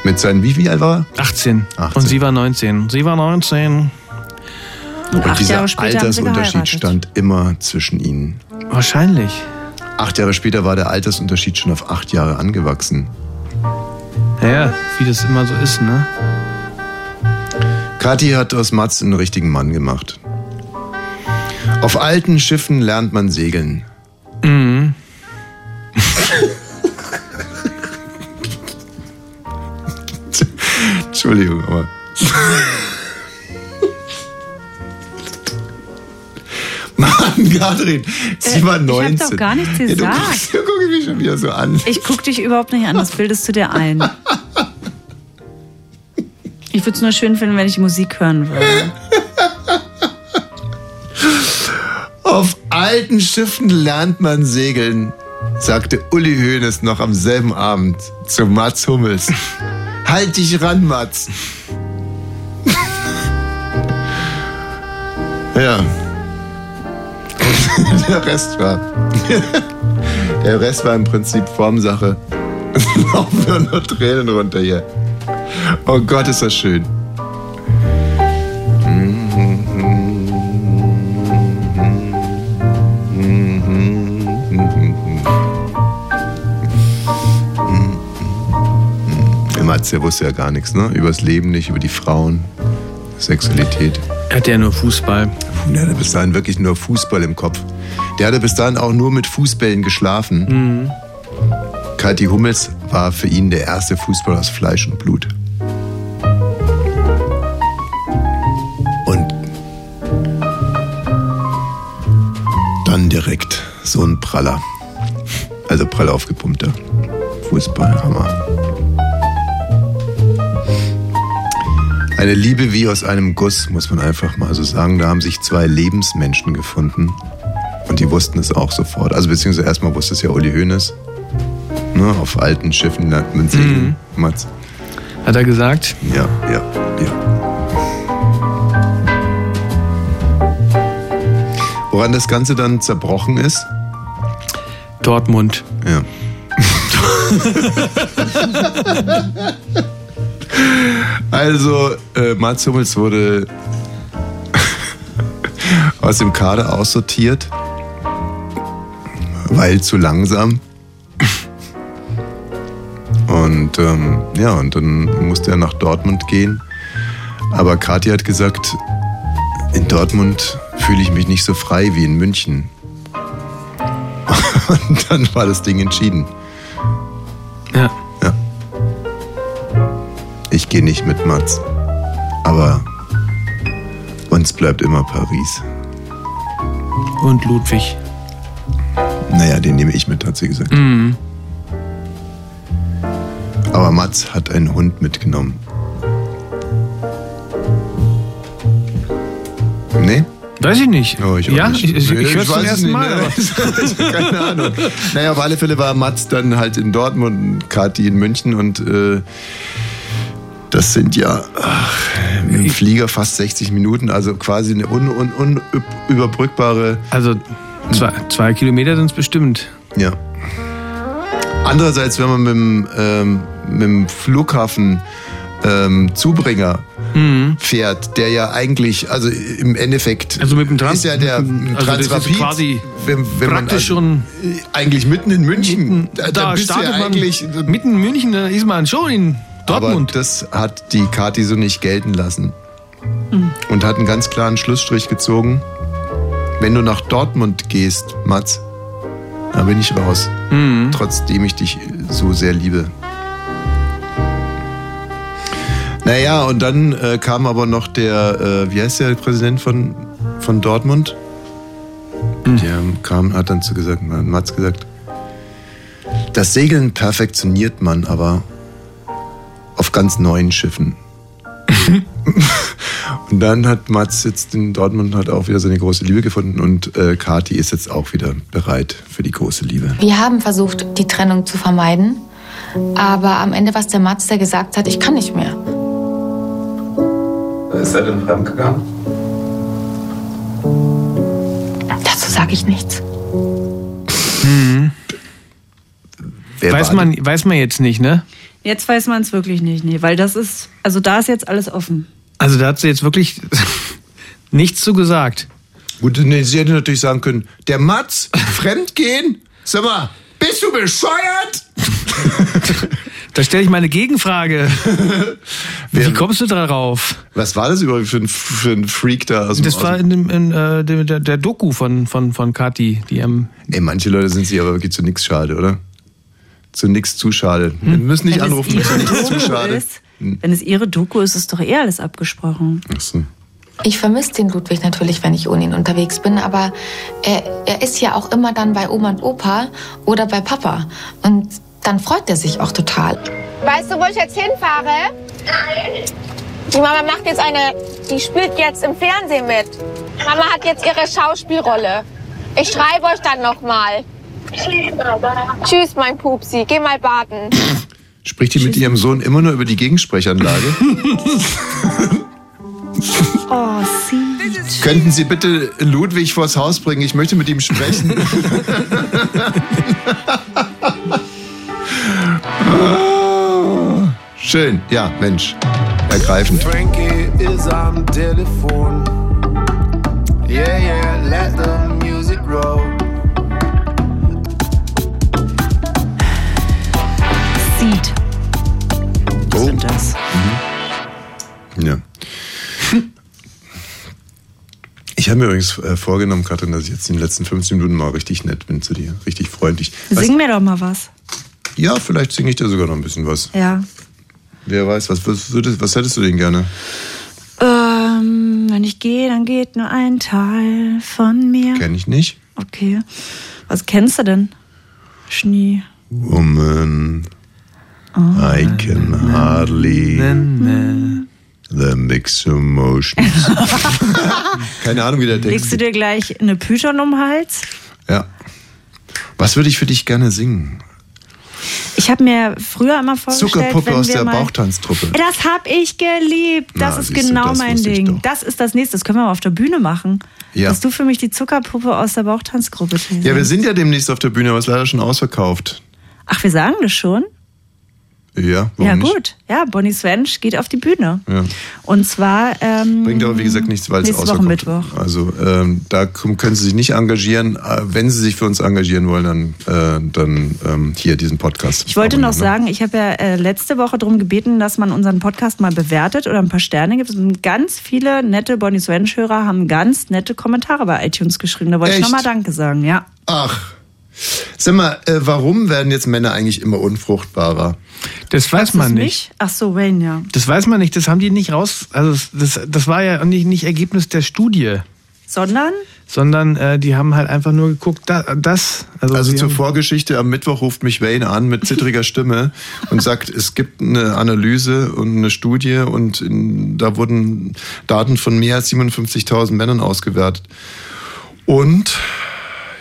H: Mit seinen, wie viel alt war er?
G: 18. Und sie war 19. Sie war 19.
H: Und,
G: acht
H: dieser
G: Jahre später haben sie
H: Altersunterschied
G: geheiratet.
H: stand immer zwischen ihnen.
G: Wahrscheinlich.
H: Acht Jahre später war der Altersunterschied schon auf acht Jahre angewachsen.
G: Naja, wie das immer so ist, ne?
H: Kathi hat aus Mats einen richtigen Mann gemacht. Auf alten Schiffen lernt man segeln.
G: Mhm.
H: Entschuldigung, aber. Mann, Katrin, sie
F: Äh,
H: war
F: ich hab doch
H: 19.
F: gar nichts
H: Ja,
F: gesagt.
H: du guckst, du guckst mich schon wieder so an.
F: Ich guck dich überhaupt nicht an, das bildest du dir ein. Ich würde es nur schön finden, wenn ich die Musik hören würde.
H: Auf alten Schiffen lernt man segeln, sagte Uli Hoeneß noch am selben Abend zu Mats Hummels. halt dich ran, Mats. ja. Der Rest war. Der Rest war im Prinzip Formsache. Es laufen nur noch Tränen runter hier. Oh Gott, ist das schön. Arzt, der wusste ja gar nichts, ne? Über das Leben nicht, über die Frauen, Sexualität.
G: Hat der nur Fußball?
H: Der hatte bis dahin wirklich nur Fußball im Kopf. Der hatte bis dahin auch nur mit Fußbällen geschlafen.
G: Mhm.
H: Kathi Hummels war für ihn der erste Fußball aus Fleisch und Blut. Und dann direkt so ein Praller. Also prall aufgepumpter Fußballhammer. Eine Liebe wie aus einem Guss, muss man einfach mal so sagen. Da haben sich zwei Lebensmenschen gefunden. Und die wussten es auch sofort. Also beziehungsweise erstmal wusste es ja Uli Hoeneß. Ne, auf alten Schiffen lernt man segeln. Mats.
G: Mhm. Hat er gesagt?
H: Ja, ja, ja. Woran das Ganze dann zerbrochen ist?
G: Dortmund.
H: Ja. Also, äh, Mats Hummels wurde aus dem Kader aussortiert, weil zu langsam. Und ähm, ja, und dann musste er nach Dortmund gehen. Aber Kathi hat gesagt, in Dortmund fühle ich mich nicht so frei wie in München. Und dann war das Ding entschieden.
G: Ja.
H: ja. Ich gehe nicht mit Mats. Aber uns bleibt immer Paris.
G: Und Ludwig.
H: Naja, den nehme ich mit, hat sie gesagt.
G: Mhm.
H: Aber Mats hat einen Hund mitgenommen. Nee?
G: Weiß ich nicht.
H: Oh, ich auch
G: ja,
H: nicht.
G: ich, ich,
H: Nee,
G: ich höre es
H: ich
G: zum
H: weiß es
G: ersten
H: nicht,
G: Mal.
H: ne?
G: aber-
H: Keine Ahnung. Naja, auf alle Fälle war Mats dann halt in Dortmund, Kathi in München und äh, das sind ja ach, im Flieger fast 60 Minuten, also quasi eine un, un, unüberbrückbare.
G: Also zwei, zwei Kilometer sind es bestimmt.
H: Ja. Andererseits, wenn man mit dem, ähm, mit dem Flughafen ähm, Zubringer fährt, der ja eigentlich, also im Endeffekt
G: Mhm. Also mit dem Trans
H: ist ja der
G: also das ist
H: Transrapid,
G: quasi
H: wenn, wenn man
G: praktisch
H: also,
G: schon-
H: äh, eigentlich mitten in München, da, da bist du ja eigentlich,
G: man mitten in München, da ist man schon in
H: aber das hat die Kati so nicht gelten lassen und hat einen ganz klaren Schlussstrich gezogen. Wenn du nach Dortmund gehst, Mats, da bin ich raus. Trotzdem Mhm. ich dich so sehr liebe. Naja, und dann äh, kam aber noch der, äh, wie heißt der Präsident von, von Dortmund? Der kam, hat dann zu gesagt, hat Mats gesagt, das Segeln perfektioniert man aber auf ganz neuen Schiffen. und dann hat Mats jetzt in Dortmund hat auch wieder seine große Liebe gefunden und äh, Kati ist jetzt auch wieder bereit für die große Liebe.
P: Wir haben versucht, die Trennung zu vermeiden, aber am Ende, was der Matz da gesagt hat, ich kann nicht mehr.
A: Ist er denn fremdgegangen?
P: Dazu sage ich nichts.
H: Hm.
G: weiß, man, weiß man jetzt nicht, ne?
F: Jetzt weiß man es wirklich nicht, nee, weil das ist, also da ist jetzt alles offen.
G: Also da hat sie jetzt wirklich nichts zu gesagt.
H: Gut, nee, sie hätte natürlich sagen können, der Mats, fremdgehen? Sag mal, bist du bescheuert?
G: Da stelle ich meine Gegenfrage. Wie kommst du darauf?
H: Was war das überhaupt für ein, für ein Freak da aus dem
G: Das
H: aus
G: war
H: dem-
G: in, dem, in äh, der, der- der Doku von, von, von Kathi, die ähm, am
H: Ey, manche Leute sind sich aber wirklich zu nix schade, oder? Zu nix zu schade.
G: Hm.
H: Wir müssen nicht
F: Wenn es
H: anrufen,
F: ihre
H: wir sind nicht zu
F: Doku
H: schade. Hm.
F: ist, Wenn es ihre Doku ist, ist doch eh alles abgesprochen.
P: Ich vermisse den Ludwig natürlich, wenn ich ohne ihn unterwegs bin, aber er, er ist ja auch immer dann bei Oma und Opa oder bei Papa. Und dann freut er sich auch total.
Q: Weißt du, wo ich jetzt hinfahre? Nein. Die Mama macht jetzt eine. Die spielt jetzt im Fernsehen mit. Mama hat jetzt ihre Schauspielrolle. Ich schreibe euch dann nochmal. Tschüss, Mama. Tschüss, mein Pupsi. Geh mal baden.
H: Spricht die mit ihrem Sohn immer nur über die Gegensprechanlage?
F: Oh, sie.
H: Könnten Sie bitte Ludwig vors Haus bringen? Ich möchte mit ihm sprechen. Ah, Schön, ja, Mensch. Ergreifend.
R: Frankie is am Telefon. Yeah, yeah, let the music roll.
F: Sieht.
H: Oh, Mhm.
F: das.
H: Ja. Ich habe mir übrigens äh, vorgenommen, Katrin, dass ich jetzt in den letzten 15 Minuten mal richtig nett bin zu dir. Richtig freundlich. Was,
F: Sing mir doch mal was.
H: ja, vielleicht singe ich dir sogar noch ein bisschen was.
F: Ja.
H: Wer weiß, was, was, würdest, was hättest du denn gerne?
F: Ähm, wenn ich gehe, dann geht nur ein Teil von mir.
H: Kenn ich nicht.
F: Okay. Was kennst du denn? Schnee.
H: Woman,
F: Oh.
H: I can hardly the mix of motions. Keine Ahnung, wie der
F: Legst
H: Text
F: du dir gleich eine Python um den Hals?
H: Ja. Was würde ich für dich gerne singen?
F: Ich habe mir früher immer vorgestellt,
H: Zuckerpuppe
F: wenn
H: aus
F: wir
H: der
F: mal
H: Bauchtanztruppe.
F: Das hab ich geliebt. Das
H: Na,
F: ist
H: siehst du,
F: genau
H: das
F: mein
H: wusste ich
F: Ding. Das ist das nächste. Das können wir mal auf der Bühne machen.
H: Ja.
F: Dass du für mich die Zuckerpuppe aus der Bauchtanzgruppe singst.
H: Ja, wir sind ja demnächst auf der Bühne, aber ist leider schon ausverkauft.
F: Ach, wir sagen das schon?
H: Ja, warum
F: ja,
H: nicht?
F: gut. Ja, Bonnie Svensch geht auf die Bühne.
H: Ja.
F: Und zwar. Ähm,
H: Bringt aber wie gesagt nichts, weil es
F: nächste Woche
H: ausverkauft ist.
F: Mittwoch.
H: Also ähm, da k- können Sie sich nicht engagieren. Äh, Wenn Sie sich für uns engagieren wollen, dann, äh, dann ähm, hier diesen Podcast.
F: Ich wollte noch
H: abonnieren, ne?
F: sagen, ich habe ja äh, letzte Woche darum gebeten, dass man unseren Podcast mal bewertet oder ein paar Sterne gibt. Und ganz viele nette Bonnie Swensch-Hörer haben ganz nette Kommentare bei iTunes geschrieben. Da wollte ich
H: Echt?
F: nochmal Danke sagen, ja.
H: Ach. Sag mal, äh, warum werden jetzt Männer eigentlich immer unfruchtbarer?
G: Das weiß man nicht.
F: Ach so, Wayne, ja.
G: Das weiß man nicht, das haben die nicht raus. Also das- das, das war ja nicht, nicht Ergebnis der Studie,
F: Sondern?
G: sondern äh, die haben halt einfach nur geguckt, da, das. Also,
H: Also
G: sie
H: zur
G: haben,
H: Vorgeschichte, am Mittwoch ruft mich Wayne an mit zittriger Stimme und sagt, es gibt eine Analyse und eine Studie und in, da wurden Daten von mehr als 57.000 Männern ausgewertet. Und,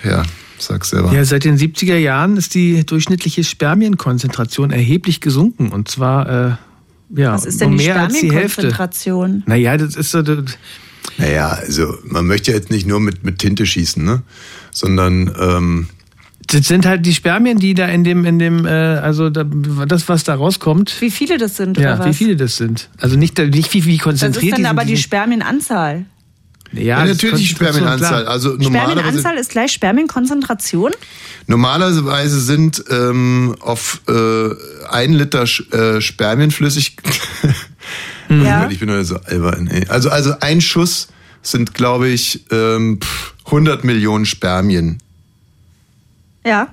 H: ja, sag selber.
G: ja, seit den 70er Jahren ist die durchschnittliche Spermienkonzentration erheblich gesunken. Und zwar, äh, ja,
F: Was ist denn
G: um
F: die
G: mehr als die Hälfte.
F: Spermienkonzentration?
G: Naja, das ist so.
H: Naja, also man möchte ja jetzt nicht nur mit, mit Tinte schießen, ne? sondern ähm,
G: Das sind halt die Spermien, die da in dem, in dem, äh, also da, das, was da rauskommt.
F: Wie viele das sind,
G: ja,
F: oder was?
G: wie viele das sind. Also nicht, nicht wie, wie
F: Das
G: konzentriert
F: ist dann
G: die sind.
F: aber
G: die
F: die
G: sind-
F: Spermienanzahl.
G: Ja,
H: Ja,
G: das
H: natürlich die
G: ist trotzdem
H: Spermienanzahl.
G: klar.
H: Also normalerweise,
F: Spermienanzahl ist gleich Spermienkonzentration?
H: normalerweise sind ähm, auf äh, ein Liter Sch, äh, Spermienflüssig.
F: Ja.
H: Ich bin heute so albern. Ey. Also, also ein Schuss sind, glaube ich, ähm, pff, 100 Millionen Spermien.
F: Ja.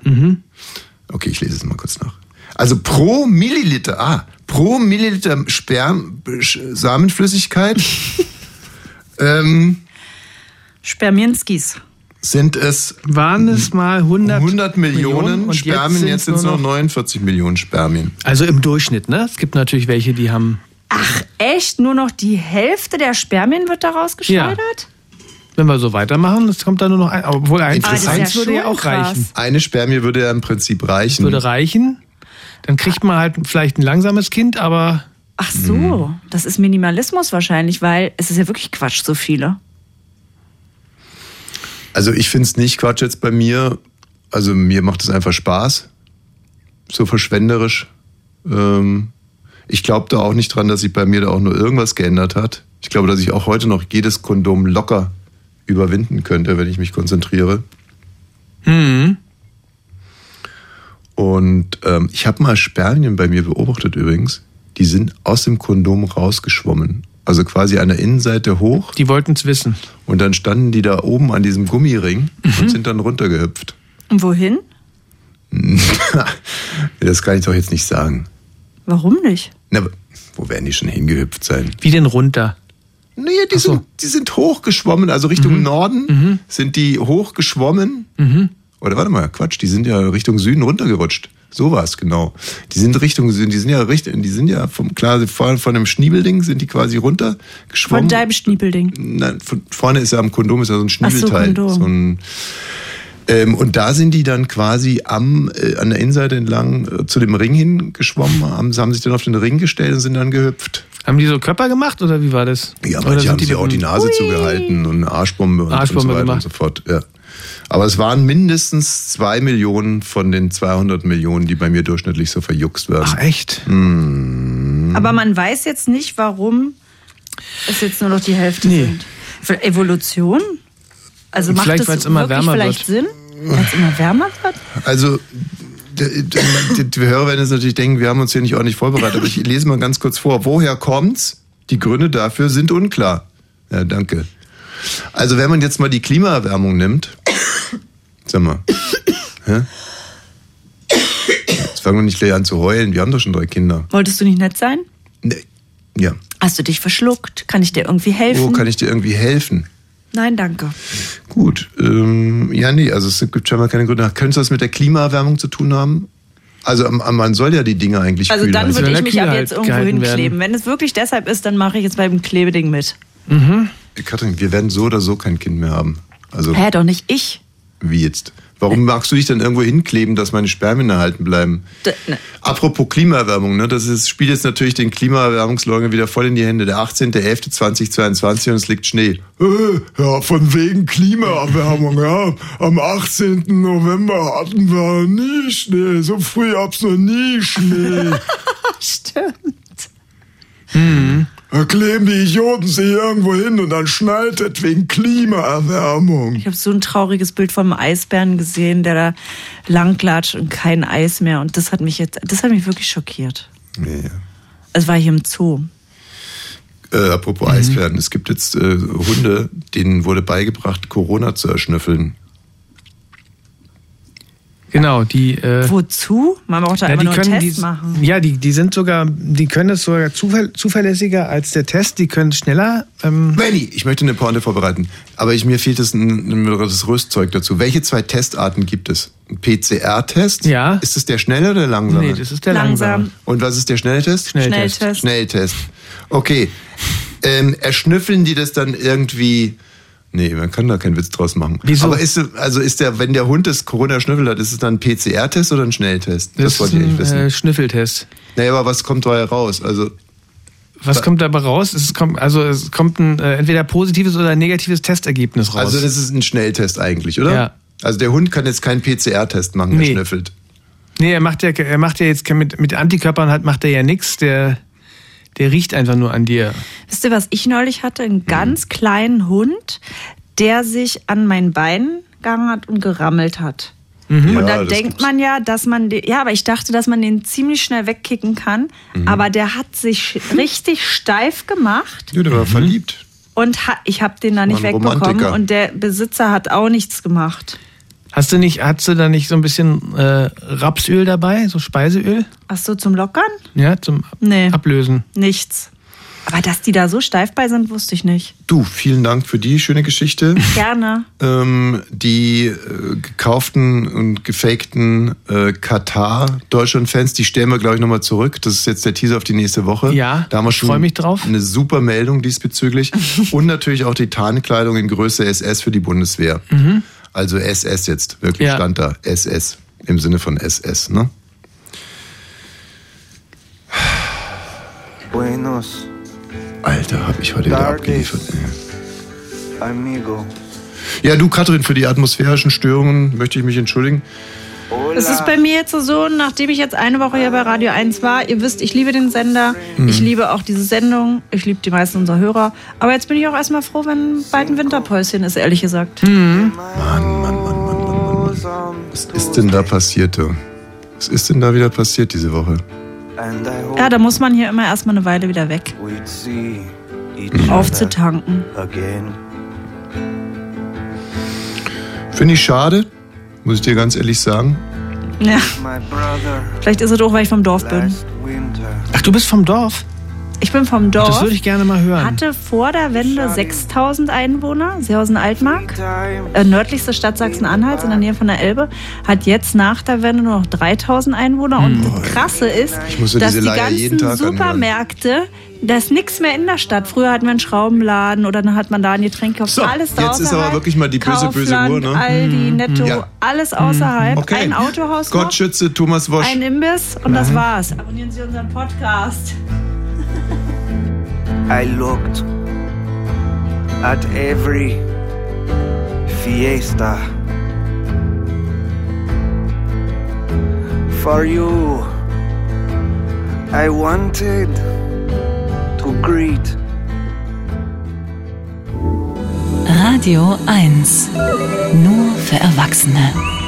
H: Okay, ich lese es mal kurz nach. Also pro Milliliter, ah, pro Milliliter Sperm, Sch- Samenflüssigkeit ähm,
F: Spermienskis.
H: sind es
G: waren es mal 100,
H: 100 Millionen,
G: Millionen und jetzt
H: Spermien,
G: sind's
H: jetzt sind es
G: nur
H: noch
G: noch-
H: 49 Millionen Spermien.
G: Also im Durchschnitt, ne? Es gibt natürlich welche, die haben.
F: Echt? Nur noch die Hälfte der Spermien wird daraus geschleudert?
G: Wenn wir so weitermachen, es kommt dann nur noch ein. Obwohl ein
H: Interessant.
F: Ah, das
G: eins
F: ist ja
G: würde ja
F: schon
G: auch reichen.
H: Eine Spermie würde ja im Prinzip reichen.
G: Würde reichen. Dann kriegt man halt vielleicht ein langsames Kind, aber.
F: Ach so,
H: Mhm.
F: das ist Minimalismus wahrscheinlich, weil es ist ja wirklich Quatsch, so viele.
H: Also ich finde es nicht Quatsch jetzt bei mir. Also mir macht es einfach Spaß. So verschwenderisch. Ähm, ich glaube da auch nicht dran, dass sich bei mir da auch nur irgendwas geändert hat. Ich glaube, dass ich auch heute noch jedes Kondom locker überwinden könnte, wenn ich mich konzentriere.
G: Hm.
H: Und ähm, ich habe mal Spermien bei mir beobachtet übrigens. Die sind aus dem Kondom rausgeschwommen. Also quasi an der Innenseite hoch.
G: Die wollten es wissen. Mhm.
H: Und dann standen die da oben an diesem Gummiring und sind dann runtergehüpft.
F: Und wohin?
H: das kann ich doch jetzt nicht sagen.
F: Warum nicht?
H: Na, aber wo werden die schon hingehüpft sein?
G: Wie denn runter?
H: Naja, die, sind, die sind hochgeschwommen, also Richtung Norden sind die hochgeschwommen.
G: Mhm.
H: Oder warte mal, Quatsch, die sind ja Richtung Süden runtergerutscht. So war es, genau. Die sind Richtung Süden, die sind ja richtig, die sind ja vom, klar, von, von dem Schniebelding sind die quasi runtergeschwommen.
F: Von deinem Schniepelding.
H: Nein, von vorne ist ja am Kondom ist ja so ein
F: Ach so,
H: Schniedelteil.
F: Kondom.
H: so ein, ähm, und da sind die dann quasi am, äh, an der Innenseite entlang äh, zu dem Ring hingeschwommen, haben, haben sich dann auf den Ring gestellt und sind dann gehüpft.
G: Haben die so Körper gemacht oder wie war das?
H: Ja,
G: Oder
H: manche
G: sind
H: haben sich
G: mit
H: auch die
G: dem-
H: Nase zugehalten und eine Arschbombe und,
G: Arschbombe
H: und so weiter
G: gemacht.
H: und so fort. Ja. Aber es waren mindestens zwei Millionen von den 200 Millionen, die bei mir durchschnittlich so verjuckst werden. Mhm. Ach,
G: echt?
F: Aber man weiß jetzt nicht, warum es jetzt nur noch die Hälfte sind. Für Evolution? Also macht
H: Vielleicht,
F: es
H: weil's immer
F: wirklich
H: wärmer
F: vielleicht Sinn? Weil es immer wärmer wird?
H: Also d- d- die, die Hörer werden jetzt natürlich denken, wir haben uns hier nicht ordentlich vorbereitet, aber ich lese mal ganz kurz vor. Woher kommt's? Die Gründe dafür sind unklar. Ja, danke. Also wenn man jetzt mal die Klimaerwärmung nimmt, sag mal, hä? jetzt fangen wir nicht gleich an zu heulen, wir haben doch schon drei Kinder.
F: Wolltest du nicht nett sein?
H: Ja,
F: Hast du dich verschluckt? Kann ich dir irgendwie helfen?
H: wo Oh, kann ich dir irgendwie helfen?
F: Nein, danke.
H: Gut, ähm, ja, nee, also es gibt scheinbar keine Gründe. Könnte das mit der Klimaerwärmung zu tun haben? Also am- am- man soll ja die Dinge eigentlich
F: also
H: kühl
F: dann
H: halten.
F: würde ich mich ab jetzt irgendwo hinkleben. Wenn es wirklich deshalb ist, dann mache ich jetzt beim Klebeding mit.
H: Mhm. Katrin, wir werden so oder so kein Kind mehr haben. Also
F: Hä, doch nicht ich.
H: wie jetzt? Warum magst du dich dann irgendwo hinkleben, dass meine Spermien erhalten bleiben?
F: D ne.
H: Apropos Klimaerwärmung, ne? das ist, spielt jetzt natürlich den Klimaerwärmungsleugner wieder voll in die Hände. Der 18.11.2022 und es liegt Schnee. Äh, Ja, von wegen Klimaerwärmung, ja. Am 18. November hatten wir nie Schnee. So früh hab's noch nie Schnee.
F: Stimmt.
H: Hm. Da kleben die Idioten sich irgendwo hin und dann schneit es wegen Klimaerwärmung.
F: Ich habe so ein trauriges Bild vom Eisbären gesehen, der da langklatscht und kein Eis mehr. Und das hat mich jetzt, das hat mich wirklich schockiert.
H: Nee.
F: Es war hier im Zoo.
H: Äh, apropos Eisbären, es gibt jetzt äh, Hunde, denen wurde beigebracht, Corona zu erschnüffeln.
G: Genau, die. Äh,
F: Wozu? Man braucht da
G: ja,
F: einfach
G: die
F: nur einen
G: können,
F: Test
G: die,
F: machen.
G: ja, die, die sind sogar, die können es sogar zuver zuverlässiger als der Test, die können schneller. Ähm,
H: Benny, ich möchte eine Pointe vorbereiten, aber ich, mir fehlt das, ein, ein- das Rüstzeug dazu. Welche zwei Testarten gibt es? Ein PCR-Test? Ja. Ist es der schnelle oder der langsame?
G: Nee, das ist der Langsam. langsame.
H: Und was ist der schnelle Test?
G: Schnelltest. Schnelltest.
H: Schnelltest. Okay. Ähm, erschnüffeln die das dann irgendwie? Nee, man kann da keinen Witz draus machen.
G: Wieso?
H: Aber ist, also ist der, wenn der Hund das Corona schnüffelt hat, ist es dann ein PCR-Test oder ein Schnelltest?
G: Das ist ein, äh, Schnüffeltest.
H: Naja, aber was kommt dabei raus? Also,
G: Was kommt dabei raus? Es kommt, also es kommt ein äh, entweder positives oder negatives Testergebnis raus.
H: also das ist ein Schnelltest eigentlich, oder?
G: Ja.
H: Also der Hund kann jetzt keinen PCR-Test machen, der schnüffelt.
G: nee, er macht ja, er macht ja jetzt kein- mit, mit Antikörpern hat, macht er ja nichts. Der, der riecht einfach nur an dir.
F: Wisst ihr, was ich neulich hatte?
G: Mhm.
F: Einen ganz kleinen Hund, der sich an mein Bein gegangen hat und gerammelt hat.
G: Mhm.
F: und
G: Ja,
F: da
G: das
F: denkt man ja, dass man den, ja, aber ich dachte, dass man den ziemlich schnell wegkicken kann.
G: Mhm.
F: Aber der hat sich richtig steif gemacht
H: Ja, der war verliebt.
F: und ha, ich habe den da nicht
G: War ein
F: wegbekommen
G: Romantiker.
F: und der Besitzer hat auch nichts gemacht.
G: Hast du nicht, hast du da nicht so ein bisschen äh, Rapsöl dabei, so Speiseöl?
F: Ach so, zum Lockern?
G: Ja, zum
F: Nee.
G: Ablösen.
F: Nichts. Aber dass die da so steif bei sind, wusste ich nicht.
H: Du, vielen Dank für die schöne Geschichte.
F: Gerne.
H: ähm, die äh, gekauften und gefakten äh, Katar-Deutschland-Fans, die stellen wir, glaube ich, nochmal zurück. Das ist jetzt der Teaser auf die nächste Woche. Ja, da haben wir schon
G: freu mich drauf.
H: Eine super Meldung diesbezüglich. und natürlich auch die Tarnkleidung in Größe SS für die Bundeswehr.
G: Mhm.
H: Also SS jetzt, wirklich
G: Ja.
H: stand da. SS im Sinne von SS, ne?
R: Buenos,
H: Alter, habe ich heute wieder abgeliefert.
R: amigo.
H: Ja, du, Katrin, für die atmosphärischen Störungen möchte ich mich entschuldigen.
F: Es ist bei mir jetzt so, nachdem ich jetzt eine Woche hier bei Radio 1 war, ihr wisst, ich liebe den Sender,
H: Mhm.
F: ich liebe auch diese Sendung, ich liebe die meisten unserer Hörer. Aber jetzt bin ich auch erstmal froh, wenn bald ein Winterpäuschen ist, ehrlich gesagt.
G: Mhm.
H: Was ist denn da passiert, du? Was ist denn da wieder passiert diese Woche?
R: And I hope
F: Ja, da muss man hier immer erstmal eine Weile wieder weg.
R: we'd see
H: Hm.
R: each
F: Mhm.
R: other
F: Aufzutanken.
R: Again.
H: Finde ich schade, muss ich dir ganz ehrlich sagen.
F: Ja.
R: My brother
F: Vielleicht ist es auch, weil ich vom Dorf bin.
R: last winter.
G: Ach, du bist vom Dorf?
F: Ich bin vom Dorf.
G: Das würde ich gerne mal hören.
F: hatte vor der Wende 6000 Einwohner, Seehausen-Altmark, äh, nördlichste Stadt Sachsen-Anhalts in der Nähe von der Elbe, hat jetzt nach der Wende nur noch 3000 Einwohner. Und das Krasse ist,
H: Hm. Ich muss ja
F: dass
H: diese
F: die
H: Leier jeden
F: ganzen
H: Tag anhören.
F: Supermärkte, da ist nichts mehr in der Stadt. Früher hatten wir einen Schraubenladen oder dann hat man da ein Getränk gekauft. alles
H: jetzt ist aber
F: außerhalb.
H: wirklich mal die böse, böse
F: Kaufland,
H: Uhr, ne?
F: Aldi,
H: Mhm.
F: Netto,
H: Ja.
F: alles außerhalb.
H: Okay.
F: Ein Autohaus noch,
H: Gott schütze Thomas Wosch.
F: ein Imbiss und das
H: Mhm.
F: war's. Abonnieren Sie unseren Podcast.
R: I looked at every fiesta for you. I wanted to greet.
S: Radio 1. Nur für Erwachsene.